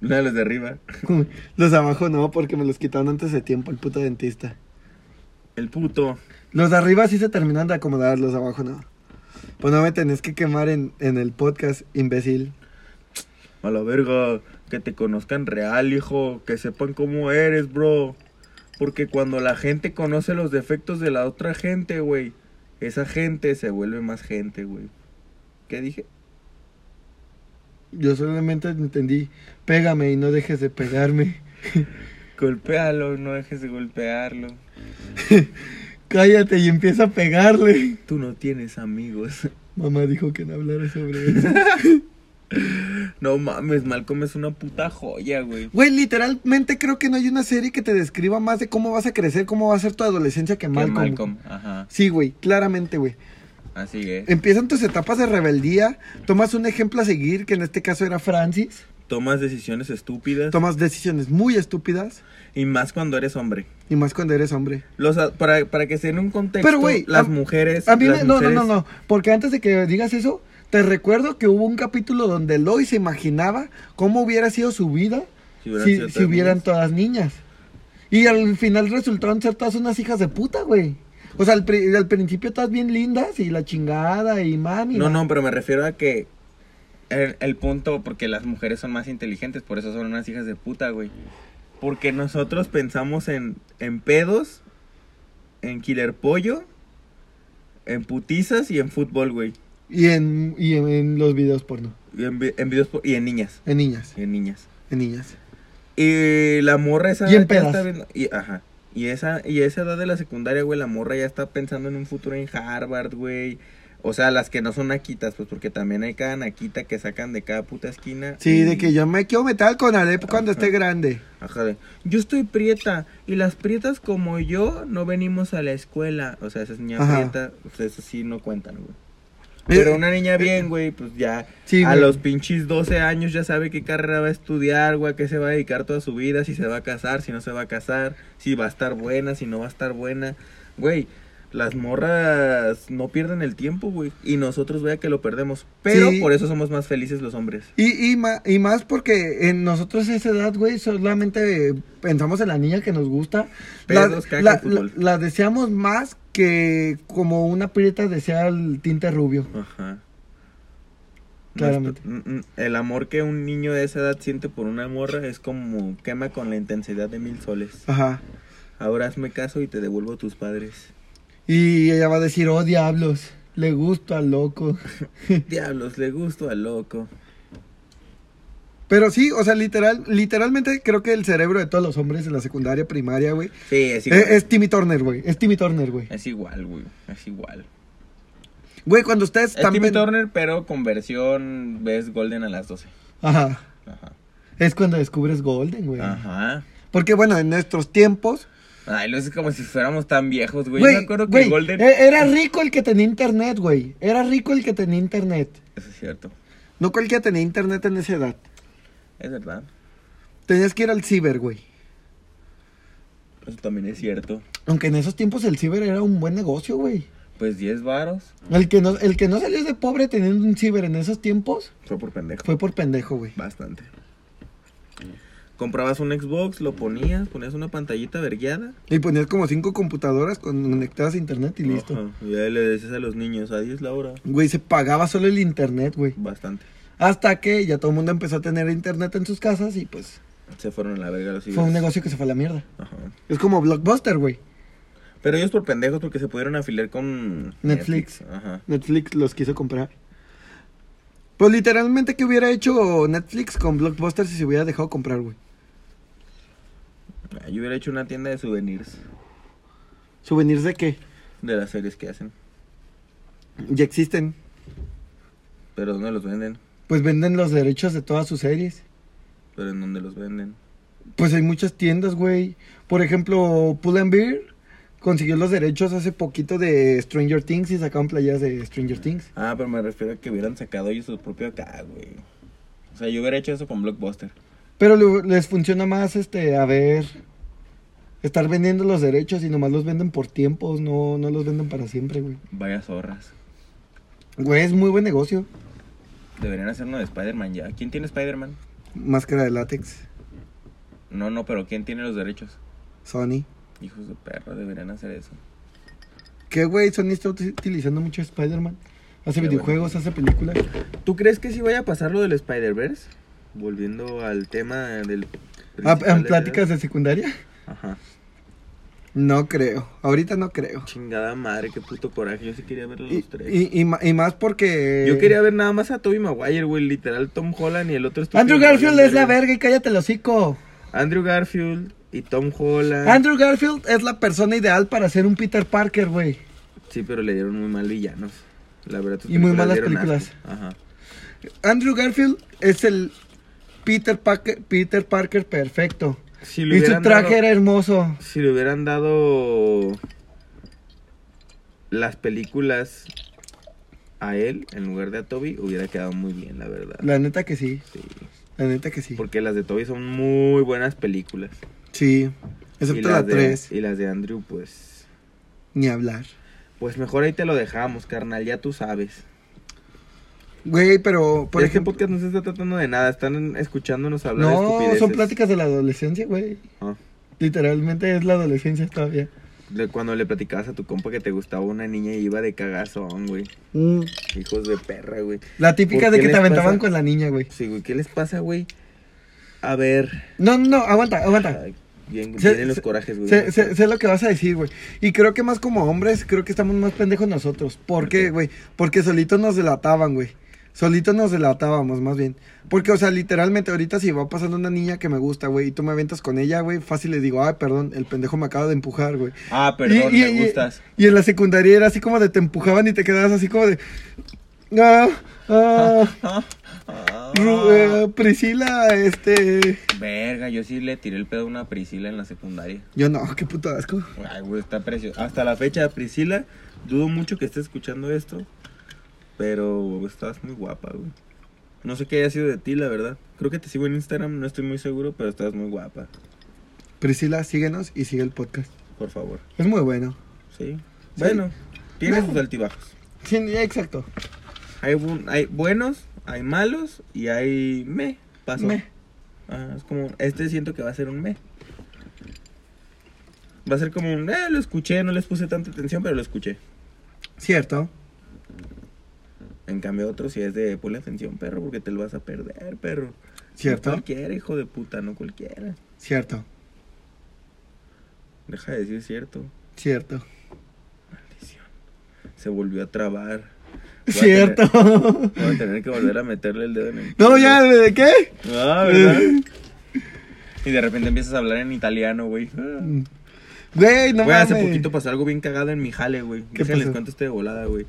B: Una de las de arriba.
A: Los de abajo no, porque me los quitaron antes de tiempo el puto dentista.
B: El puto.
A: Los de arriba sí se terminan de acomodar, los de abajo no. Pues no me tenés que quemar en, en el podcast, imbécil.
B: A la verga. Que te conozcan real, hijo. Que sepan cómo eres, bro. Porque cuando la gente conoce los defectos de la otra gente, güey, esa gente se vuelve más gente, güey. ¿Qué dije?
A: Yo solamente entendí, pégame y no dejes de pegarme. *laughs*
B: Golpéalo, no dejes de golpearlo.
A: Cállate y empieza a pegarle.
B: Tú no tienes amigos. *laughs*
A: Mamá dijo que no hablara sobre eso.
B: No mames, Malcolm es una puta joya, güey.
A: Güey, literalmente creo que no hay una serie que te describa más de cómo vas a crecer, cómo va a ser tu adolescencia que
B: Que
A: Malcolm. Eh,
B: Malcolm, ajá.
A: Sí, güey, claramente, güey.
B: Así es.
A: Empiezan tus etapas de rebeldía, tomas un ejemplo a seguir, que en este caso era Francis,
B: Tomas decisiones estúpidas.
A: tomas decisiones muy estúpidas,
B: y más cuando eres hombre.
A: y más cuando eres hombre.
B: Los, a- para, para que se den un contexto,
A: Pero, güey,
B: las
A: a-
B: mujeres.
A: A mí
B: las
A: me- no, no,
B: mujeres-
A: no, no, porque antes de que digas eso, te recuerdo que hubo un capítulo donde Lois se imaginaba cómo hubiera sido su vida
B: Si hubieran
A: si,
B: sido
A: si
B: todas
A: hubieran
B: niñas.
A: todas niñas. Y al final resultaron ser todas unas hijas de puta, güey. O sea, al, pri- al principio todas bien lindas y la chingada y mami.
B: No, no, pero me refiero a que. El, el punto, porque las mujeres son más inteligentes, por eso son unas hijas de puta, güey. Porque nosotros pensamos en, en pedos, en killer pollo, en putizas y en fútbol, güey.
A: Y en, y en, en los videos porno.
B: Y en, vi- en videos por- y en niñas.
A: En niñas,
B: y en niñas.
A: en niñas.
B: Y la morra esa
A: Y en
B: ya
A: pedas.
B: está viendo- y, ajá. Y esa, y esa edad de la secundaria, güey, la morra ya está pensando en un futuro en Harvard, güey. O sea, las que no son naquitas, pues porque también hay cada naquita que sacan de cada puta esquina.
A: Sí,
B: y-
A: de que yo me quiero meter con Alep cuando
B: Ajá.
A: esté grande.
B: Ajá, de, yo estoy prieta y las prietas como yo no venimos a la escuela. O sea, esas niñas
A: Ajá. Eh,
B: prietas, pues eso sí no cuentan, güey. Pero una niña bien, güey, pues ya
A: Sí,
B: a
A: güey.
B: los pinches 12 años ya sabe qué carrera va a estudiar, güey, a qué se va a dedicar toda su vida, si se va a casar, si no se va a casar, si va a estar buena, si no va a estar buena. Güey, las morras no pierden el tiempo, güey, y nosotros vea que lo perdemos, pero
A: Sí.
B: por eso somos más felices los hombres.
A: Y, y, ma- y más porque en nosotros a esa edad, güey, solamente eh, pensamos en la niña que nos gusta. La,
B: Pedos, caca y
A: la-
B: fútbol.
A: la- la deseamos más que como una prieta desea el tinte rubio.
B: Ajá.
A: Claramente.
B: No es- mm, mm, El amor que un niño de esa edad siente por una morra es como quema con la intensidad de mil soles.
A: Ajá.
B: Ahora hazme caso y te devuelvo a tus padres.
A: Y ella va a decir, oh diablos, le gusto al loco.
B: Diablos, le gusto al loco.
A: Pero sí, o sea, literal, literalmente creo que el cerebro de todos los hombres en la secundaria, primaria, güey,
B: Sí, es igual.
A: es, es Timmy Turner, güey. Es Timmy Turner, güey.
B: Es igual, güey. Es igual.
A: Güey, cuando ustedes
B: Es Timmy
A: pen-
B: Turner, pero con versión ves Golden a las 12.
A: Ajá.
B: Ajá.
A: Es cuando descubres Golden, güey.
B: Ajá.
A: Porque bueno, en nuestros tiempos,
B: Ay, lo es como si fuéramos tan viejos, güey. Yo me
A: Güey,
B: acuerdo que
A: güey,
B: Golden.
A: e- Era rico el que tenía internet, güey. Era rico el que tenía internet.
B: Eso es cierto.
A: No cualquiera tenía internet en esa edad.
B: Es verdad.
A: Tenías que ir al ciber, güey.
B: Eso también es cierto.
A: Aunque en esos tiempos el ciber era un buen negocio, güey.
B: Pues 10 varos
A: El que no, el que no salió de pobre teniendo un ciber en esos tiempos
B: fue por pendejo.
A: fue por pendejo, güey.
B: Bastante. Comprabas un Xbox, lo ponías, ponías una pantallita vergueada.
A: Y ponías como cinco computadoras con- conectadas a internet y listo.
B: Ajá, Y ahí le decías a los niños, adiós la hora.
A: Güey, se pagaba solo el internet, güey.
B: Bastante.
A: Hasta que ya todo el mundo empezó a tener internet en sus casas y pues
B: Se fueron a la verga los hijos.
A: fue un negocio que se fue a la mierda.
B: Ajá.
A: Es como Blockbuster, güey.
B: Pero ellos por pendejos porque se pudieron afiliar con
A: Netflix.
B: Ajá.
A: Netflix los quiso comprar. Pues literalmente, ¿qué hubiera hecho Netflix con Blockbuster si se hubiera dejado comprar, güey?
B: Ah, Yo hubiera hecho una tienda de souvenirs
A: ¿Souvenirs de qué?
B: de las series que hacen.
A: Ya existen.
B: Pero ¿dónde los venden?
A: Pues venden los derechos de todas sus series.
B: Pero ¿en dónde los venden?
A: Pues hay muchas tiendas, güey. Por ejemplo, Pull and Bear consiguió los derechos hace poquito de Stranger Things y sacaron playas de Stranger Things.
B: Ah, pero me refiero a que hubieran sacado ellos su propio acá, güey. O sea, yo hubiera hecho eso con Blockbuster.
A: Pero lo- les funciona más, este, a ver, estar vendiendo los derechos y nomás los venden por tiempos, no, no los venden para siempre, güey.
B: Vaya zorras.
A: Güey, es muy buen negocio.
B: Deberían hacer uno de Spider-Man ya. ¿Quién tiene Spider-Man?
A: Máscara de látex,
B: No, no, pero ¿quién tiene los derechos?
A: Sony.
B: Hijos de perro, deberían hacer eso.
A: ¿Qué, güey? Sony está uti- utilizando mucho a Spider-Man. Hace
B: Qué bueno.
A: videojuegos, hace películas.
B: ¿Tú crees que sí vaya a pasar lo del Spider-Verse? Volviendo al tema del...
A: Ah,
B: principal
A: en
B: de-
A: pláticas de secundaria.
B: Ajá.
A: No creo. Ahorita no creo.
B: Chingada madre, qué puto coraje. Yo sí quería ver a
A: Y,
B: los tres.
A: y- eh, y ma- y más porque.
B: Yo quería ver nada más a Toby Maguire, güey. Literal, Tom Holland y el otro estúpido
A: Andrew
B: que
A: Garfield
B: valió
A: es la verga y cállate el hocico.
B: Andrew Garfield y Tom Holland.
A: Andrew Garfield es la persona ideal para ser un Peter Parker, güey.
B: Sí, pero le dieron muy mal villanos. La verdad, tus
A: Y muy malas
B: dieron
A: películas.
B: asco. Ajá.
A: Andrew Garfield es el Peter Parker, Peter Parker perfecto.
B: Si le
A: Y su
B: hubieran
A: traje
B: dado-
A: era hermoso.
B: Si le hubieran dado las películas a él en lugar de a Toby, hubiera quedado muy bien, la verdad.
A: La neta que sí.
B: Sí.
A: La neta que sí.
B: Porque las de Toby son muy buenas películas.
A: Sí.
B: y
A: Excepto la
B: las de-
A: 3.
B: Y las de Andrew, pues.
A: Ni hablar.
B: Pues mejor ahí te lo dejamos, carnal, ya tú sabes.
A: Güey, pero por
B: Ya este
A: ejemplo.
B: podcast no se está tratando de nada, están escuchándonos hablar de
A: No,
B: estupideces.
A: son pláticas de la adolescencia, güey.
B: Ah,
A: Literalmente es la adolescencia todavía.
B: de cuando le platicabas a tu compa que te gustaba una niña y iba de cagazón, güey.
A: Mm.
B: Hijos de perra, güey.
A: La típica
B: ¿Por
A: de
B: qué
A: que te
B: les
A: aventaban
B: pasa?
A: con la niña, güey.
B: Sí, güey, ¿qué les pasa, güey? A ver.
A: No, no, no, aguanta, aguanta.
B: Ay, bien,
A: Ah. Se-
B: vienen los
A: se-
B: corajes, güey.
A: Sé, sé- sé lo que vas a decir, güey. Y creo que más como hombres, creo que estamos más pendejos nosotros. ¿Por qué,
B: Ok.
A: güey? Porque solitos nos delataban, güey. Solitos nos delatábamos, más bien. Porque, o sea, literalmente, ahorita si va pasando una niña que me gusta, güey, y tú me aventas con ella, güey, fácil le digo, ay, perdón, el pendejo me acaba de empujar, güey.
B: Ah, perdón,
A: Y- y-
B: me
A: y-
B: gustas.
A: Y en la secundaria era así como de te empujaban y te quedabas así como de. Ah,
B: *laughs*
A: ah,
B: Ah.
A: Ru- eh, Priscila, este.
B: Verga, yo sí le tiré el pedo a una Priscila en la secundaria.
A: Yo no, qué puto asco.
B: Ay, güey, está precioso. Hasta la fecha, Priscila, dudo mucho que esté escuchando esto. Pero estás muy guapa, güey. No sé qué haya sido de ti, la verdad. Creo que te sigo en Instagram, no estoy muy seguro, pero estás muy guapa.
A: Priscila, síguenos y sigue el podcast.
B: Por favor.
A: Es muy bueno.
B: Sí. Bueno, tiene sus altibajos.
A: Sí, exacto.
B: Hay, bu- hay buenos, hay malos y hay me. Pasó.
A: Me.
B: Ajá, es como, este siento que va a ser un me. Va a ser como un, eh, lo escuché, no les puse tanta atención, pero lo escuché.
A: Cierto.
B: En cambio, otro si es de ponle atención, perro, porque te lo vas a perder, perro.
A: Cierto.
B: No cualquiera, hijo de puta, no cualquiera.
A: Cierto.
B: Deja de decir cierto.
A: Cierto.
B: Maldición. Se volvió a trabar. Voy
A: *laughs*
B: a
A: Cierto.
B: tener- voy a tener que volver a meterle el dedo en el.
A: *laughs* No, ya, Eh. ¿de qué?
B: Ah, ¿verdad? y de repente empiezas a hablar en italiano, güey. Ah.
A: *laughs* Güey, no
B: Güey, hace
A: mames.
B: poquito pasó algo bien cagado en mi jale, güey.
A: ¿Qué
B: Déjenles
A: pasó?
B: cuento este de volada, güey.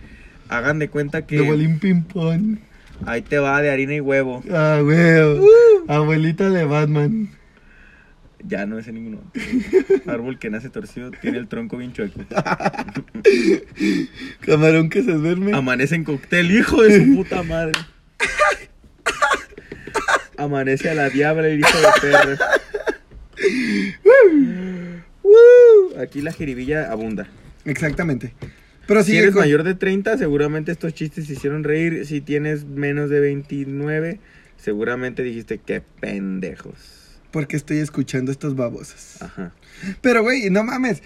B: Hagan de cuenta que
A: Abuelín ping pong.
B: ahí te va de harina y huevo.
A: Ah, güey. Uh. Abuelita de Batman.
B: Ya no es
A: *laughs*
B: en ninguno. Árbol que nace torcido tiene el tronco bien chueco.
A: Camarón que se duerme.
B: Amanece en cóctel, hijo de su puta madre. Amanece a la diabla el hijo de perra.
A: Woo.
B: Aquí la jeribilla abunda.
A: Uh. Exactamente. Pero
B: Si
A: sigue
B: eres
A: con-
B: mayor de 30, seguramente estos chistes te hicieron reír. Si tienes menos de 29, seguramente dijiste que pendejos.
A: Porque estoy escuchando estos babosos.
B: Ajá.
A: Pero, güey, no mames.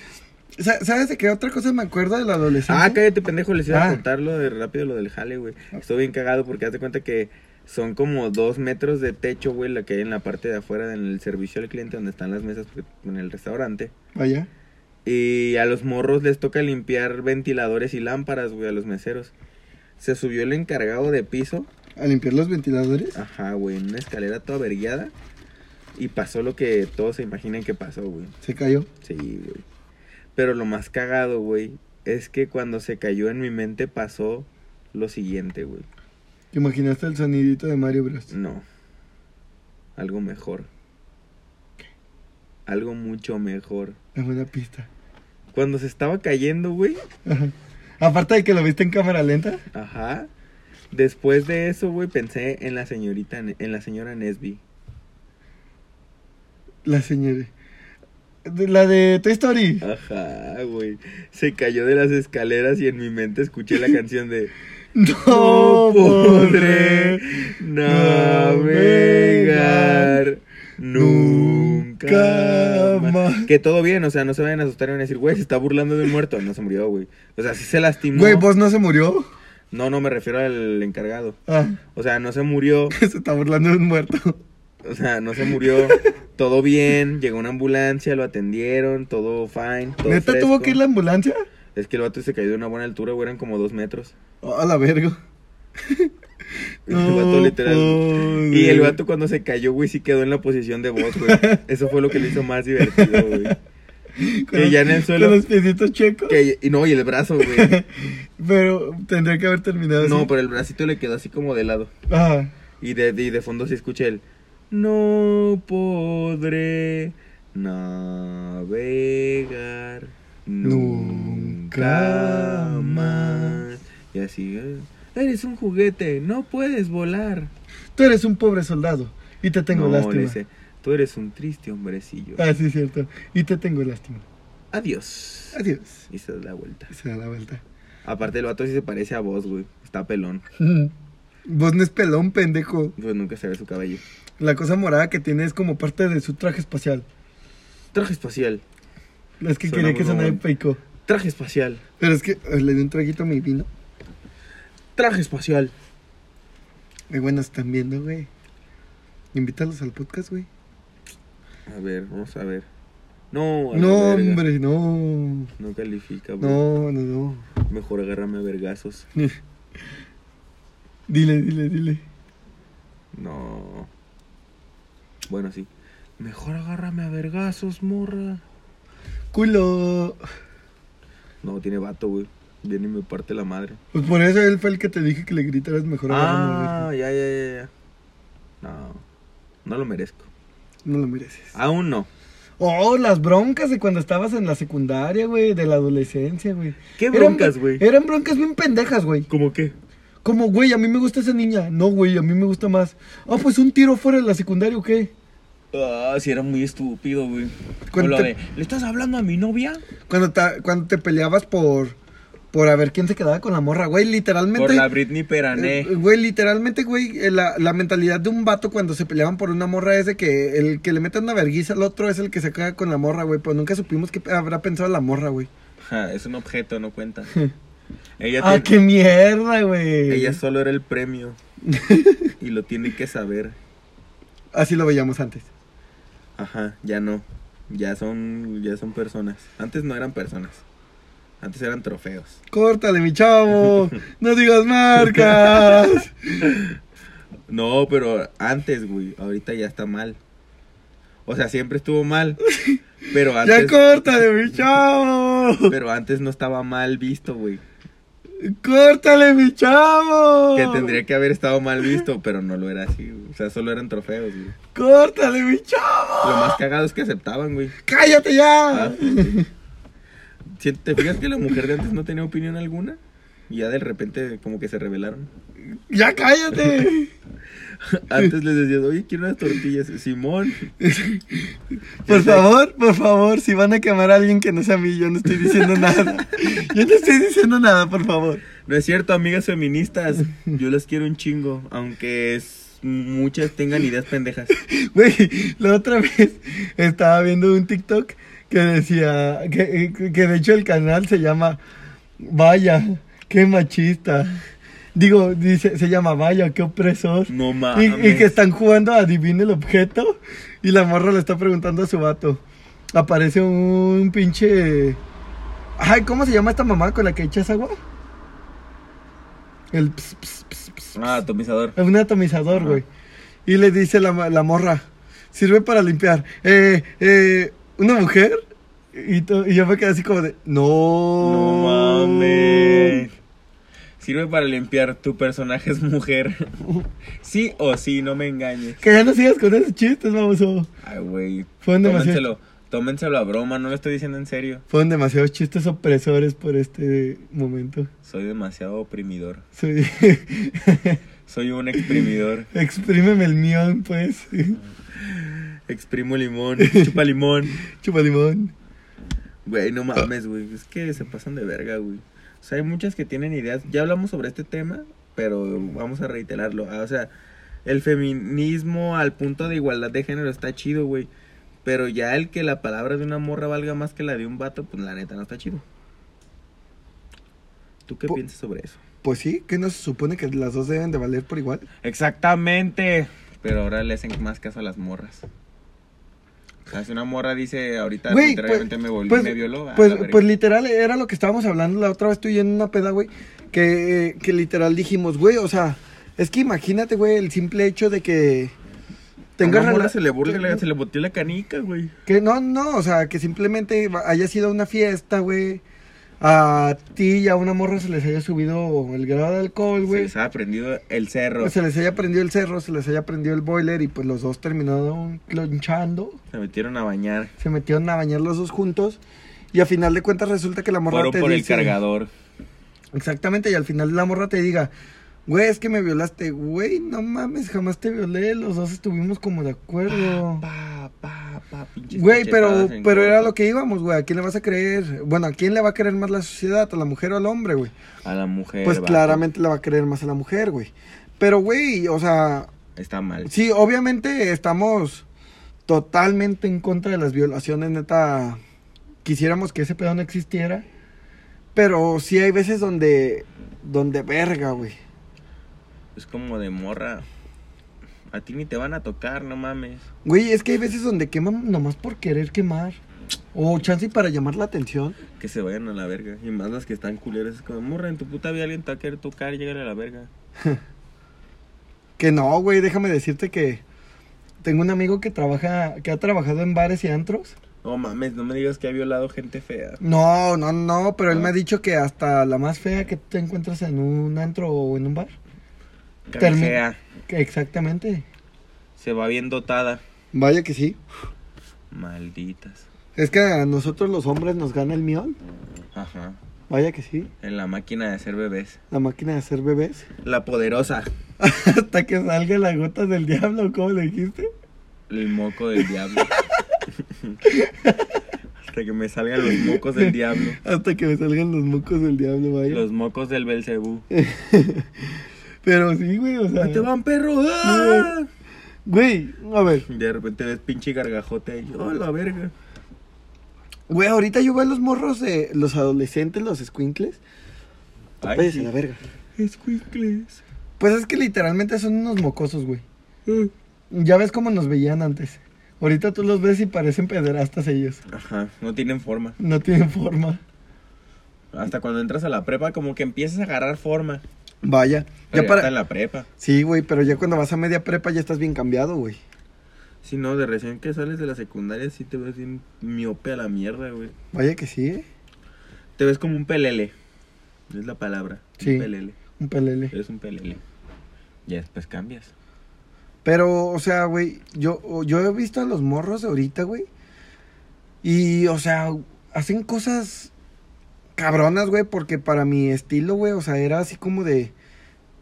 A: Sa- ¿Sabes de qué otra cosa me acuerdo de la adolescencia?
B: Ah, cállate, pendejo, les iba
A: Ah.
B: a contar lo de rápido lo del jale, güey. Estoy bien cagado porque haz de cuenta que son como dos metros de techo, güey, la que hay en la parte de afuera, en el servicio al cliente, donde están las mesas porque- en el restaurante.
A: Vaya.
B: Y a los morros les toca limpiar ventiladores y lámparas, güey, a los meseros. Se subió el encargado de piso,
A: A limpiar los ventiladores.
B: ajá, güey, en una escalera toda vergueada. Y pasó lo que todos se imaginan que pasó, güey.
A: Se cayó.
B: Sí, güey. Pero lo más cagado, güey, es que cuando se cayó en mi mente pasó lo siguiente, güey.
A: ¿Te imaginaste el sonidito de Mario Bros?
B: No. Algo mejor. Algo mucho mejor.
A: Es una pista.
B: Cuando se estaba cayendo, güey.
A: Ajá. Aparte de que lo viste en cámara lenta.
B: Ajá. Después de eso, güey, pensé en la señorita, en la señora Nesby.
A: La señora. de- La de Toy Story.
B: Ajá, güey. Se cayó de las escaleras y en mi mente escuché la
A: *laughs*
B: canción de
A: No podré.
B: navegar nunca
A: nunca
B: más.
A: más.
B: Que todo bien, o sea, no se vayan a asustar y van a decir, güey, se está burlando de un muerto. No se murió, güey. O sea, sí se lastimó.
A: Güey, ¿vos no se murió?
B: No, no, me refiero al
A: *laughs*
B: encargado.
A: Ah,
B: O sea, no se murió.
A: se está burlando de un muerto. *laughs*
B: O sea, no se murió. Todo bien, llegó una ambulancia, lo atendieron, todo fine. Todo
A: ¿Neta
B: fresco.
A: tuvo que ir la ambulancia?
B: Es que el vato se cayó de una buena altura, güey, eran como dos metros.
A: a la verga.
B: *laughs* el vato
A: No,
B: literal.
A: pues.
B: Y el vato cuando se cayó, güey, sí quedó en la posición de voz, güey. Eso fue lo que le hizo más divertido, güey.
A: Con
B: que
A: los-
B: ya en el suelo-
A: Con los piecitos checos.
B: Que- y no, y el brazo, güey.
A: *laughs* Pero tendría que haber terminado
B: No,
A: así.
B: pero el bracito le quedó así como de lado.
A: Ajá.
B: Y de, de- y de fondo se escucha el No podré navegar nunca
A: Nunca
B: más. Y así, eh, eres un juguete, no puedes volar.
A: Tú eres un pobre soldado y te tengo
B: No, le
A: lástima.
B: dice, Tú eres un triste hombrecillo.
A: Ah, sí, cierto. Y te tengo lástima.
B: Adiós.
A: Adiós.
B: Y se da la vuelta.
A: Y se da la
B: *laughs*
A: vuelta.
B: Aparte, el vato sí se parece a vos, güey. Está pelón.
A: Vos no es pelón, pendejo.
B: Pues nunca se ve su cabello.
A: La cosa morada que tiene es como parte de su traje espacial.
B: Traje espacial.
A: Es que
B: Suena
A: quería que
B: muy
A: sonara
B: mamón.
A: pico.
B: Traje espacial.
A: Pero es que eh, le di un traguito a mi vino.
B: Traje espacial.
A: Muy buenos Eh, están viendo, güey. Invítalos al podcast, güey.
B: A ver, vamos a ver. No, a la
A: No,
B: verga.
A: hombre, no.
B: No califica, bro.
A: No, no, no.
B: Mejor agárrame a vergazos.
A: Dile, dile, dile.
B: No. Bueno, sí. Mejor agárrame a vergazos, morra.
A: Culo.
B: No, tiene vato, güey. Viene y me parte la madre.
A: Pues por eso él fue el que te dije que le gritaras mejor. a
B: Ah, ya, ya, ya, ya. No. No lo merezco.
A: No lo mereces.
B: Aún no.
A: Oh, las broncas de cuando estabas en la secundaria, güey, de la adolescencia, güey.
B: ¿Qué
A: Eran-
B: broncas, güey?
A: Eran broncas bien pendejas, güey.
B: ¿Cómo qué?
A: Como, güey, a mí me gusta esa niña. No, güey, a mí me gusta más. Ah, pues un tiro fuera de la secundaria, ¿o qué?
B: Ah, sí, era muy estúpido, güey.
A: Con
B: Con lo
A: te-
B: de, ¿le estás hablando a mi novia?
A: Cuando, ta- cuando te peleabas por, por a ver quién se quedaba con la morra, güey, literalmente.
B: Por la Britney Perané.
A: Eh, Güey, literalmente, güey, eh, la, la mentalidad de un vato cuando se peleaban por una morra es de que el que le mete una verguiza al otro es el que se queda con la morra, güey. Pero nunca supimos qué habrá pensado la morra, güey.
B: Ja, es un objeto, no
A: *laughs*
B: cuenta. Ella,
A: Ah,
B: tiene-
A: qué mierda, güey.
B: ella solo era el premio. y lo tiene que saber.
A: Así lo veíamos antes.
B: Ajá, ya no. Ya son, ya son personas. Antes no eran personas. Antes eran trofeos.
A: Córtale, mi
B: *laughs*
A: chavo. no digas marcas.
B: No, pero antes, güey. Ahorita ya está mal. O sea, siempre estuvo mal. Pero
A: ya
B: antes,
A: córtale, mi chavo.
B: pero antes no estaba mal visto, güey.
A: Córtale, mi chavo.
B: Que tendría que haber estado mal visto, pero no lo era así. güey. O sea, solo eran trofeos, güey.
A: Córtale, mi chavo.
B: Lo más cagado es que aceptaban, güey.
A: Cállate
B: Ah.
A: ya.
B: Si ¿Te fijas que la mujer de antes no tenía opinión alguna? Y ya de repente como que se rebelaron.
A: *laughs* Ya cállate.
B: Antes les decías, oye, quiero unas tortillas. Simón,
A: Por
B: Ya sé.
A: favor, por favor, si van a quemar a alguien que no sea a mí, yo no estoy diciendo nada. Yo no estoy diciendo nada, por favor.
B: no es cierto, amigas feministas. Yo las quiero un chingo, aunque es- muchas tengan ideas pendejas.
A: Güey, la otra vez estaba viendo un TikTok que decía, que, que de hecho el canal se llama Vaya, qué machista. Digo, dice, se llama Vaya, qué opresor.
B: No
A: Y,
B: mames.
A: y que están jugando a adivina el objeto y la morra le está preguntando a su vato. Aparece un pinche... Ay, ¿cómo se llama esta mamá con la que echas agua? El... ps, ps, ps, ps.
B: Ah, atomizador.
A: Un atomizador,
B: Ajá.
A: güey. Y le dice la, ma- la morra, sirve para limpiar. Eh, eh, ¿Una mujer? Y, to- y yo me quedé así como de... No.
B: No mames. Sirve para limpiar, tu personaje es mujer. Sí o sí, no me engañes.
A: Que ya no sigas con esos chistes, baboso.
B: Ay, güey.
A: Fueron demasiado
B: Tómenselo, tómenselo a broma, no lo estoy diciendo en serio.
A: Fueron demasiados chistes opresores por este momento.
B: Soy demasiado oprimidor.
A: Soy...
B: Soy un exprimidor.
A: *laughs* Exprímeme el mión, pues.
B: *laughs* Mm. Exprimo *laughs* limón, chupa limón.
A: Chupa limón.
B: Güey, no mames, güey. Es que se pasan de verga, güey. O sea, hay muchas que tienen ideas. Ya hablamos sobre este tema, pero vamos a reiterarlo. Ah, O sea, el feminismo al punto de igualdad de género está chido, güey. Pero ya el que la palabra de una morra valga más que la de un vato, pues la neta no está chido. ¿Tú qué
A: Po-
B: piensas sobre eso?
A: Pues sí, que no se supone que las dos deben de valer
B: Ah,
A: por igual.
B: Exactamente. Pero ahora le hacen más caso a las morras. Hace una morra dice, ahorita
A: Güey,
B: literalmente
A: pues-
B: me, volvió,
A: pues-
B: me violó. a
A: Pues,
B: la verga.
A: pues literal, era lo que estábamos hablando la otra vez tú y yo en una peda, güey. Que, eh, que literal dijimos, güey, o sea, es que imagínate, güey, el simple hecho de que
B: A
A: tengas
B: una morra
A: rela-
B: se le burla, se le boteó la canica, güey.
A: Que no, no, o sea, que simplemente va- haya sido una fiesta, güey. A ti y a una morra se les haya subido el grado de alcohol,
B: Se
A: güey.
B: les ha prendido el cerro.
A: Se les haya prendido el cerro, se les haya prendido el boiler y pues los dos terminaron clonchando.
B: Se metieron a bañar.
A: Se metieron a bañar los dos juntos. Y a final de cuentas resulta que la morra
B: Fueron
A: te
B: por el
A: dice-
B: cargador.
A: Exactamente, y al final la morra te diga, güey, es que me violaste, güey, no mames, jamás te violé, los dos estuvimos como de acuerdo.
B: Pa, Ah, pa, pa, pinches
A: Güey, pero,
B: cachetadas en
A: pero era
B: corto.
A: lo que íbamos, güey, ¿a quién le vas a creer? Bueno, ¿a quién le va a creer más la sociedad, a la mujer o al hombre, güey?
B: A la mujer.
A: Pues
B: Eh, vato.
A: claramente le va a creer más a la mujer, güey. Pero, güey, o sea,
B: Está mal.
A: sí, obviamente estamos totalmente en contra de las violaciones, neta. Quisiéramos que ese pedo no existiera. Pero sí hay veces donde, donde verga, güey.
B: Es como de morra. A ti ni te van a tocar, no mames.
A: Güey, es que hay veces donde queman nomás por querer quemar. O chance y para llamar la atención.
B: Que se vayan a la verga. Y más las que están culeras. Es como, morra, en tu puta vida alguien te va a querer tocar. Llegale a la verga.
A: Que no, güey, déjame decirte que tengo un amigo que trabaja, que ha trabajado en bares y antros.
B: No mames, no me digas que ha violado gente fea.
A: No, no, no, pero él
B: Ah.
A: me ha dicho que hasta la más fea que te encuentras en un antro o en un bar.
B: Cara
A: Termi-
B: fea.
A: Que exactamente.
B: Se va bien dotada.
A: Vaya que sí.
B: Malditas.
A: Es que a nosotros los hombres nos gana el mión.
B: Ajá.
A: Vaya que sí.
B: En la máquina de hacer bebés.
A: La máquina de hacer bebés.
B: La poderosa.
A: *laughs* hasta que salga la gota del diablo, ¿cómo le dijiste?
B: El moco del diablo. *laughs* Hasta que me salgan los mocos del diablo.
A: *laughs* Hasta que me salgan los mocos del diablo, vaya.
B: Los mocos del Belcebú.
A: Pero sí, güey, o sea.
B: ¡Ahí te van, perro! ¡Ah!
A: Güey, a ver.
B: De repente ves pinche gargajote ahí. ¡Oh, la verga!
A: Güey, ahorita yo veo a los morros de los adolescentes, los squinkles.
B: Ay,
A: Váyase
B: sí.
A: a la verga.
B: Escuincles.
A: Pues es que literalmente son unos mocosos, güey. Ya ves cómo nos veían antes. Ahorita tú los ves y parecen pederastas ellos.
B: Ajá, no tienen forma.
A: No tienen forma.
B: Hasta cuando entras a la prepa, como que empiezas a agarrar forma.
A: Vaya. Ya
B: Pero ya está en
A: para...
B: la prepa.
A: Sí, güey, pero ya cuando vas a media prepa ya estás bien cambiado, güey.
B: Si no, de recién que sales de la secundaria, sí te ves bien miope a la mierda, güey.
A: Vaya que sí, ¿eh?
B: Te ves como un pelele. Es la palabra.
A: Sí.
B: Un pelele.
A: Un pelele.
B: Eres un pelele. Ya después cambias.
A: Pero, o sea, güey, yo, yo he visto a los morros de ahorita, güey. Y, o sea, hacen cosas cabronas, güey, porque para mi estilo, güey, o sea, era así como de...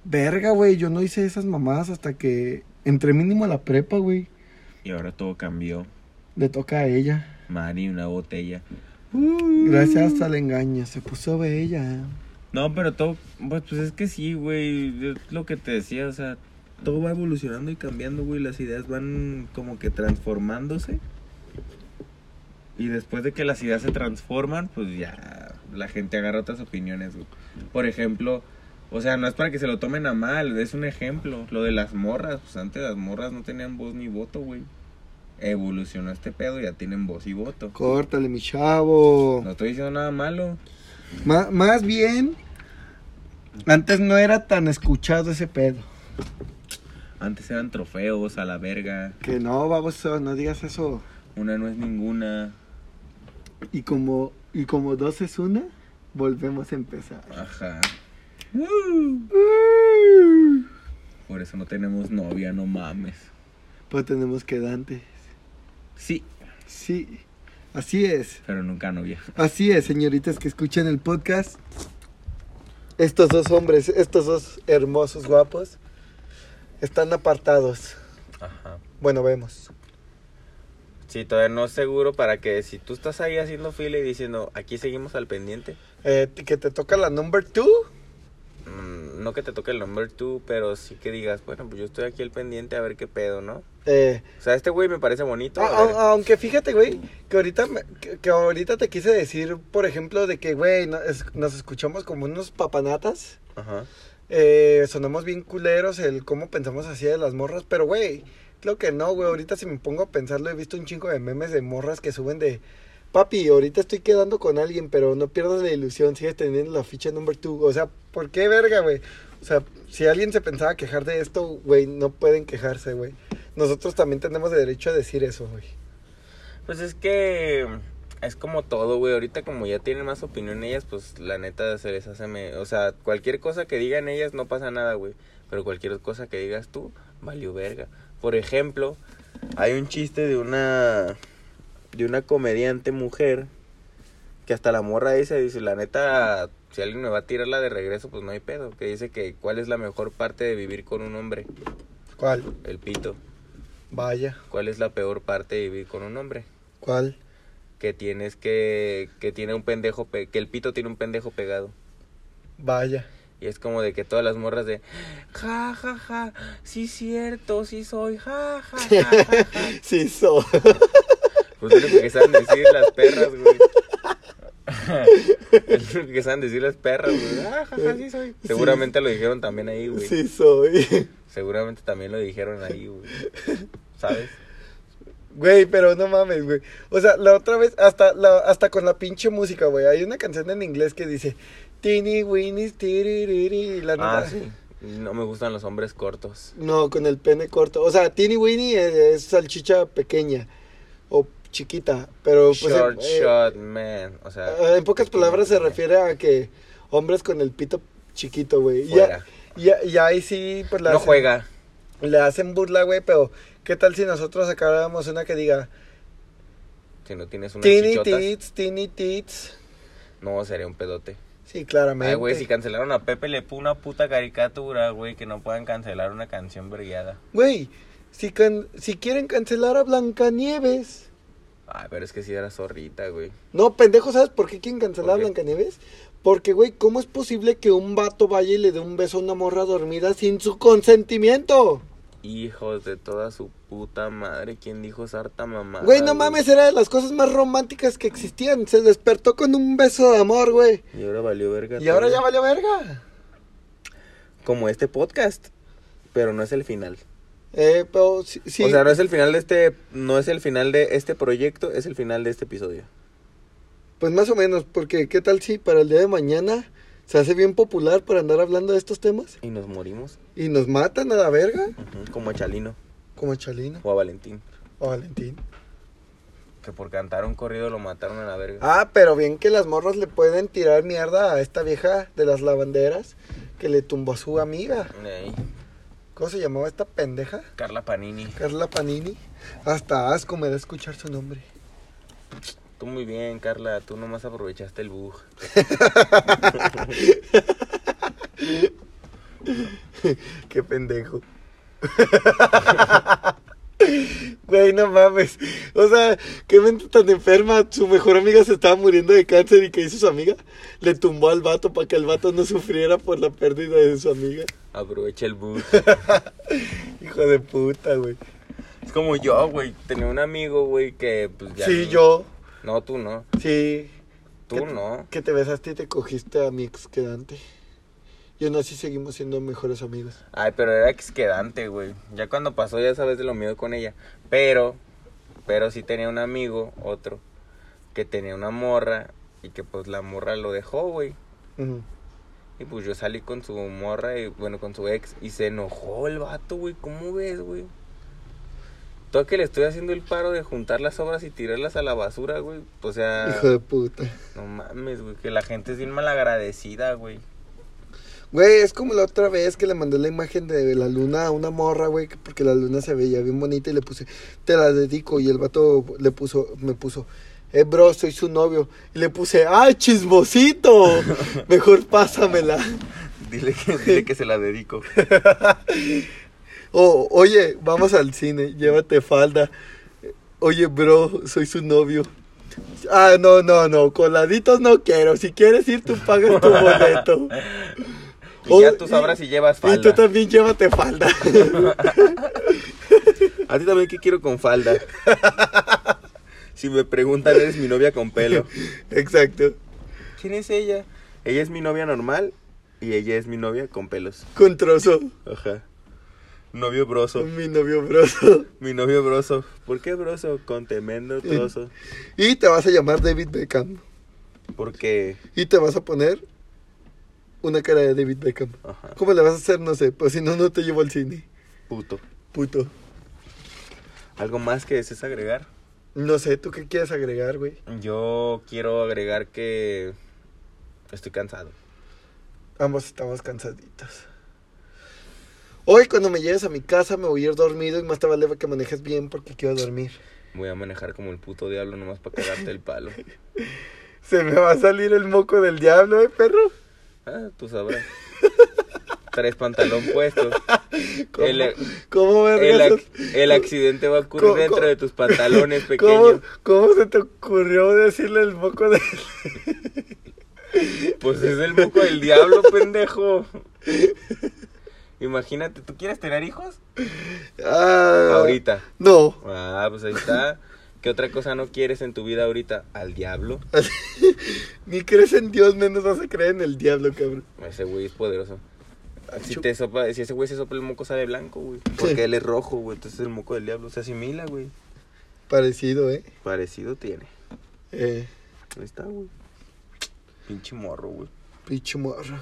A: Verga, güey, yo no hice esas mamadas hasta que entré mínimo a la prepa, güey.
B: Y ahora todo cambió.
A: Le toca a ella.
B: Mari, una botella.
A: Gracias al engaño, se puso bella.
B: No, pero todo. Pues, pues es que sí, güey. Es lo que te decía, o sea. Todo va evolucionando y cambiando, güey. Las ideas van como que transformándose. Y después de que las ideas se transforman, pues ya la gente agarra otras opiniones, güey. Por ejemplo, o sea, no es para que se lo tomen a mal, es un ejemplo. Lo de las morras, pues antes las morras no tenían voz ni voto, güey. Evolucionó este pedo, ya tienen voz y voto.
A: Córtale, mi chavo.
B: No estoy diciendo nada malo.
A: Má- más bien, antes no era tan escuchado ese pedo.
B: Antes eran trofeos a la verga.
A: Que no, baboso, no digas eso.
B: Una no es ninguna.
A: Y como, y como dos es una, volvemos a empezar.
B: Ajá. Por eso no tenemos novia, no mames.
A: Pues tenemos quedantes.
B: Sí,
A: Sí, así es.
B: pero nunca novia.
A: Así es, señoritas que escuchan el podcast. Estos dos hombres, estos dos hermosos guapos, están apartados.
B: Ajá.
A: Bueno, vemos.
B: Sí, todavía no es seguro para que si tú estás ahí haciendo fila y diciendo, aquí seguimos al pendiente,
A: Eh, que te toca la number two.
B: mm, no que te toque el number two, pero sí que digas, bueno, pues yo estoy aquí al pendiente a ver qué pedo, ¿no?
A: Eh,
B: O sea, este güey me parece bonito.
A: A-
B: a ver.
A: a- aunque fíjate, güey, que ahorita, me- que, que ahorita te quise decir, por ejemplo, de que, güey, no- es- nos escuchamos como unos papanatas.
B: Ajá.
A: eh, sonamos bien culeros el cómo pensamos así de las morras, pero, güey, Claro que no, güey. Ahorita si me pongo a pensarlo, he visto un chingo de memes de morras que suben de. Papi, ahorita estoy quedando con alguien, pero no pierdas la ilusión, sigues teniendo la ficha number two. O sea, ¿por qué verga, güey? O sea, si alguien se pensaba quejar de esto, güey, no pueden quejarse, güey. Nosotros también tenemos derecho a decir eso, güey.
B: Pues es que es como todo, güey. Ahorita como ya tienen más opinión ellas, pues la neta se les hace... me- O sea, cualquier cosa que digan ellas no pasa nada, güey. Pero cualquier cosa que digas tú, valió verga. Por ejemplo, hay un chiste de una... De una comediante mujer que hasta la morra dice, dice, la neta, si alguien me va a tirarla de regreso, pues no hay pedo. Que dice que cuál es la mejor parte de vivir con un hombre,
A: ¿Cuál?
B: el pito.
A: Vaya,
B: ¿Cuál es la peor parte de vivir con un hombre?
A: ¿cuál?
B: que tienes que que tiene un pendejo pe- que el pito tiene un pendejo pegado
A: Vaya.
B: y es como de que todas las morras de ja ja ja sí cierto sí soy ja ja ja, ja, ja".
A: Sí, so.
B: *laughs* pues es lo que saben decir las
A: *laughs*
B: perras güey es lo que saben decir las perras güey "Ah, ja, ja, sí soy seguramente lo dijeron también ahí güey
A: Sí, soy.
B: seguramente también lo dijeron
A: *laughs*
B: ahí güey sabes
A: Güey, pero no mames, güey. O sea, la otra vez, hasta, la, hasta con la pinche música, güey. Hay una canción en inglés que dice Tini Winnie's tiririri. y La
B: ah
A: neta-
B: sí no me gustan los hombres cortos
A: No, con el pene corto. O sea, Tini Winnie es, es salchicha pequeña o chiquita, pero pues. en-
B: short
A: eh,
B: shot man o sea
A: eh, en pocas palabras se
B: pequeño, pequeño.
A: refiere a que hombres con el pito chiquito, güey.
B: Fuera.
A: Ya, ya, ya ahí sí, pues la.
B: no
A: hacen-
B: juega
A: Le hacen burla, güey, pero ¿qué tal si nosotros sacáramos una que diga
B: Si no tienes unas
A: Tini
B: chichotas,
A: tits, Tini tits?
B: no, sería un pedote.
A: Sí, claramente.
B: Ay, güey, si cancelaron a Pepe Le Pew una puta caricatura, güey, que no puedan cancelar una canción brillada.
A: Güey, si, can- si quieren cancelar a Blancanieves.
B: Ay, pero es que sí era zorrita, güey.
A: No, pendejo, ¿sabes por qué quieren cancelar
B: ¿Por
A: a
B: qué?
A: Blancanieves? Porque, güey, ¿cómo es posible que un vato vaya y le dé un beso a una morra dormida sin su consentimiento?
B: Hijos de toda su puta madre, ¿quién dijo sarta mamá?
A: Güey, no mames, era de las cosas más románticas que existían. Se despertó con un beso de amor, güey.
B: Y ahora valió verga.
A: eh. Y ahora
B: todo.
A: ya valió verga.
B: Como este podcast, pero no es el final.
A: Eh, pero sí. sí.
B: O sea, no es el final de este, no es el final de este proyecto, es el final de este episodio.
A: Pues más o menos, porque ¿qué tal si para el día de mañana se hace bien popular para andar hablando de estos temas?
B: Y nos morimos,
A: Y nos matan a la verga,
B: ujú, como a Chalino
A: como a Chalino
B: o a Valentín,
A: o a Valentín.
B: que por cantar un corrido lo mataron a la verga.
A: Ah, pero bien que las morras le pueden tirar mierda a esta vieja de las lavanderas que le tumbó a su amiga.
B: Ey,
A: ¿Cómo se llamaba esta pendeja?
B: Carla Panini.
A: Carla Panini. Hasta asco me da escuchar su nombre.
B: Tú muy bien, Carla. Tú nomás aprovechaste el bug.
A: Qué pendejo. *laughs* Güey, no mames. O sea, qué mente tan enferma. Su mejor amiga se estaba muriendo de cáncer y que hizo su amiga. Le tumbó al vato para que el vato no sufriera por la pérdida de su amiga.
B: Aprovecha el bug.
A: Hijo de puta, güey.
B: es como yo, güey. Tenía un amigo, güey, que pues ya.
A: Sí,
B: no-
A: yo.
B: No, tú no.
A: Sí.
B: Tú
A: que-
B: no.
A: Que te besaste y te cogiste a mi ex quedante. Y aún así seguimos siendo mejores amigos.
B: Ay, pero era exquedante, güey. Ya cuando pasó, ya sabes de lo mío con ella. Pero, pero sí tenía un amigo, otro, que tenía una morra y que pues la morra lo dejó, güey.
A: Ujú.
B: Y pues yo salí con su morra y bueno, con su ex y se enojó el vato, güey. ¿Cómo ves, güey? Todo que le estoy haciendo el paro de juntar las obras y tirarlas a la basura, güey. O sea,
A: Hijo de puta.
B: no mames, güey, que la gente es bien malagradecida, güey.
A: Güey, es como la otra vez que le mandé la imagen de la luna a una morra, güey, que- porque la luna se veía bien bonita y le puse, te la dedico. Y el vato le puso, me puso, eh, bro, soy su novio. Y le puse, ¡ay, chismosito!
B: *laughs*
A: Mejor pásamela.
B: *laughs* Dile que, dile que se la dedico.
A: O, Oh, oye, vamos al cine, llévate falda. Oye, bro, soy su novio. Ah, no, no, no, coladitos no quiero. Si quieres ir, tú pagas tu
B: *laughs*
A: boleto.
B: Y
A: Oh,
B: ya tú sabrás si llevas
A: Y tú
B: falda.
A: también llévate falda.
B: A ti también que quiero con falda. *laughs* Si me preguntan, eres mi novia con *laughs* pelo.
A: Exacto.
B: ¿Quién es ella? Ella es mi novia normal y ella es mi novia con pelos.
A: Con trozo.
B: Ajá. novio broso.
A: Mi novio broso.
B: Mi novio broso. ¿Por qué broso? Con tremendo trozo.
A: Y te vas a llamar David Beckham.
B: Porque.
A: Y te vas a poner una cara de David Beckham.
B: Ajá.
A: ¿Cómo le vas a hacer? No sé, pues si no, no te llevo al cine.
B: Puto.
A: Puto.
B: ¿Algo más que desees agregar?
A: No sé, ¿tú qué quieres agregar, güey?
B: Yo quiero agregar que. Estoy cansado.
A: Ambos estamos cansaditos. Hoy cuando me lleves a mi casa me voy a ir dormido y más te vale que manejes bien porque quiero dormir.
B: Voy a manejar como el puto diablo nomás para cagarte
A: *laughs*
B: el palo.
A: Se me va a salir el moco del diablo, eh, perro.
B: Ah, tú sabrás. Tres pantalón puestos.
A: ¿Cómo,
B: El-
A: cómo
B: El,
A: vergas?
B: ac- el accidente va a ocurrir
A: Ah, ¿Cómo- cómo-
B: dentro de tus pantalones
A: ¿Cómo,
B: pequeños.
A: cómo se te ocurrió decirle el moco del *laughs*
B: Pues es el moco del diablo,
A: *laughs*
B: pendejo. Imagínate, ¿tú quieres tener hijos?
A: Ah,
B: Ahorita.
A: No.
B: Ah, pues ahí está. ¿Qué otra cosa no quieres en tu vida ahorita? Al diablo.
A: Ni crees en Dios, menos vas a creer en el diablo, cabrón.
B: Ese güey es poderoso. Si,
A: Chu-
B: te sopla- si ese güey se sopla el moco sale blanco, güey. Porque
A: Sí.
B: él es rojo, güey. Entonces el moco del diablo se asimila, güey.
A: Parecido, ¿eh?
B: Parecido tiene.
A: Eh,
B: Ahí está, güey. Pinche morro, güey.
A: pinche morro.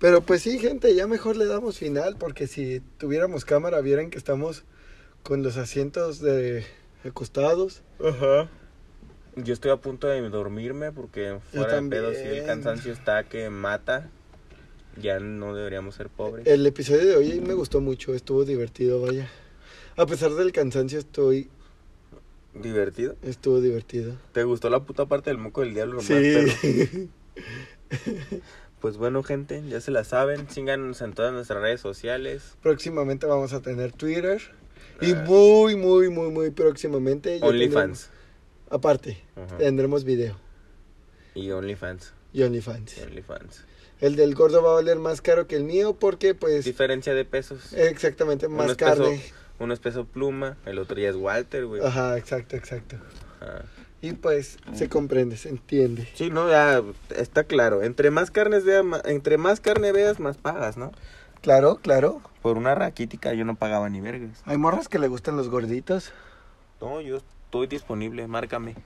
A: Pero pues sí, gente, ya mejor le damos final porque si tuviéramos cámara vieran que estamos con los asientos de acostados.
B: Ajá. Yo estoy a punto de dormirme porque fuera de pedo, si el
A: también.
B: cansancio está que mata, ya no deberíamos ser pobres.
A: El episodio de hoy me gustó mucho, estuvo divertido, vaya. A pesar del cansancio, estoy,
B: ¿Divertido?
A: estuvo divertido.
B: ¿Te gustó la puta parte del moco del diablo? nomás, pero-
A: Sí. *laughs*
B: Pues bueno, gente, ya se la saben. Síganos en todas nuestras redes sociales.
A: próximamente vamos a tener Twitter. Y
B: Ah.
A: muy, muy, muy, muy próximamente. ya
B: OnlyFans.
A: tendremos- Aparte,
B: Ajá.
A: tendremos video
B: Y OnlyFans.
A: y OnlyFans.
B: y OnlyFans.
A: El del gordo va a valer más caro que el mío porque, pues,
B: Diferencia de pesos.
A: exactamente, eh, más
B: es
A: carne. Ah.
B: Peso, uno es peso pluma, el otro ya es Walter, güey.
A: Ajá, exacto, exacto.
B: Ajá.
A: Y pues, se comprende, se entiende.
B: Sí, no, ya está claro. Entre más carnes vea, ma- entre más carne veas, más pagas, ¿no?
A: Claro, claro.
B: Por una raquítica yo no pagaba ni vergas.
A: Hay morras que le gustan los gorditos.
B: No, yo estoy disponible, márcame.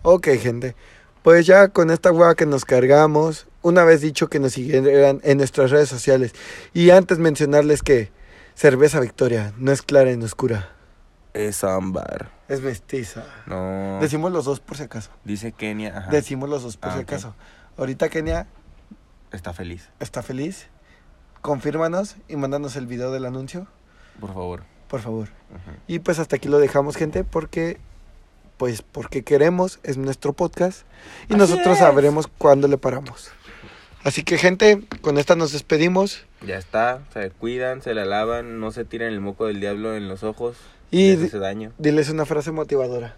A: Ok, gente. Pues ya con esta hueá que nos cargamos, una vez dicho que nos siguieran en nuestras redes sociales. Y antes mencionarles que Cerveza Victoria no es clara ni oscura.
B: Es ámbar.
A: Es mestiza.
B: No.
A: Decimos los dos por si acaso.
B: Dice Kenia. Ah. ajá,
A: Decimos los dos por
B: Ah,
A: si
B: ok.
A: acaso. Ahorita Kenia
B: Está feliz,
A: está feliz. Confírmanos y mándanos el video del anuncio,
B: por favor.
A: por favor.
B: Ajá.
A: Y pues hasta aquí lo dejamos, gente, porque pues porque queremos, es nuestro podcast y nosotros sabremos cuándo le paramos. Así que, gente, con esta nos despedimos
B: Ya está, se cuidan, se la lavan, no se tiran el moco del diablo en los ojos.
A: y
B: les
A: di-
B: hace daño.
A: diles una frase motivadora.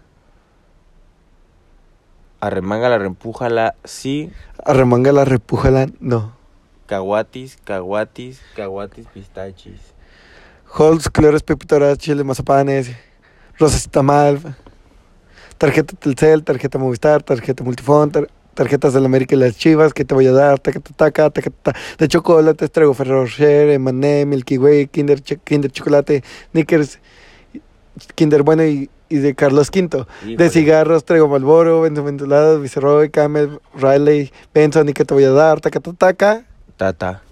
B: Arremángala, reempújala, sí.
A: Arremángala, repújala, no.
B: Caguatis, caguatis, caguatis, pistachis.
A: Holz, cloros, pepitoras, chile, mazapanes, rosas tamal, tarjeta Telcel, tarjeta Movistar, tarjeta Multifón, tar- tarjetas del América y las Chivas que te voy a dar, tacata, taca, tacata, ta- de chocolates traigo Ferrero Rocher, M&M, Milky Way, Kinder, Ch- Kinder Chocolate, Snickers, Kinder Bueno y, y de Carlos V. De
B: Híjole.
A: cigarros traigo Malboro, Benzoventulados, Viceroy, Camel, Riley, Benson y que te voy a dar, tacata, taca,
B: Tata.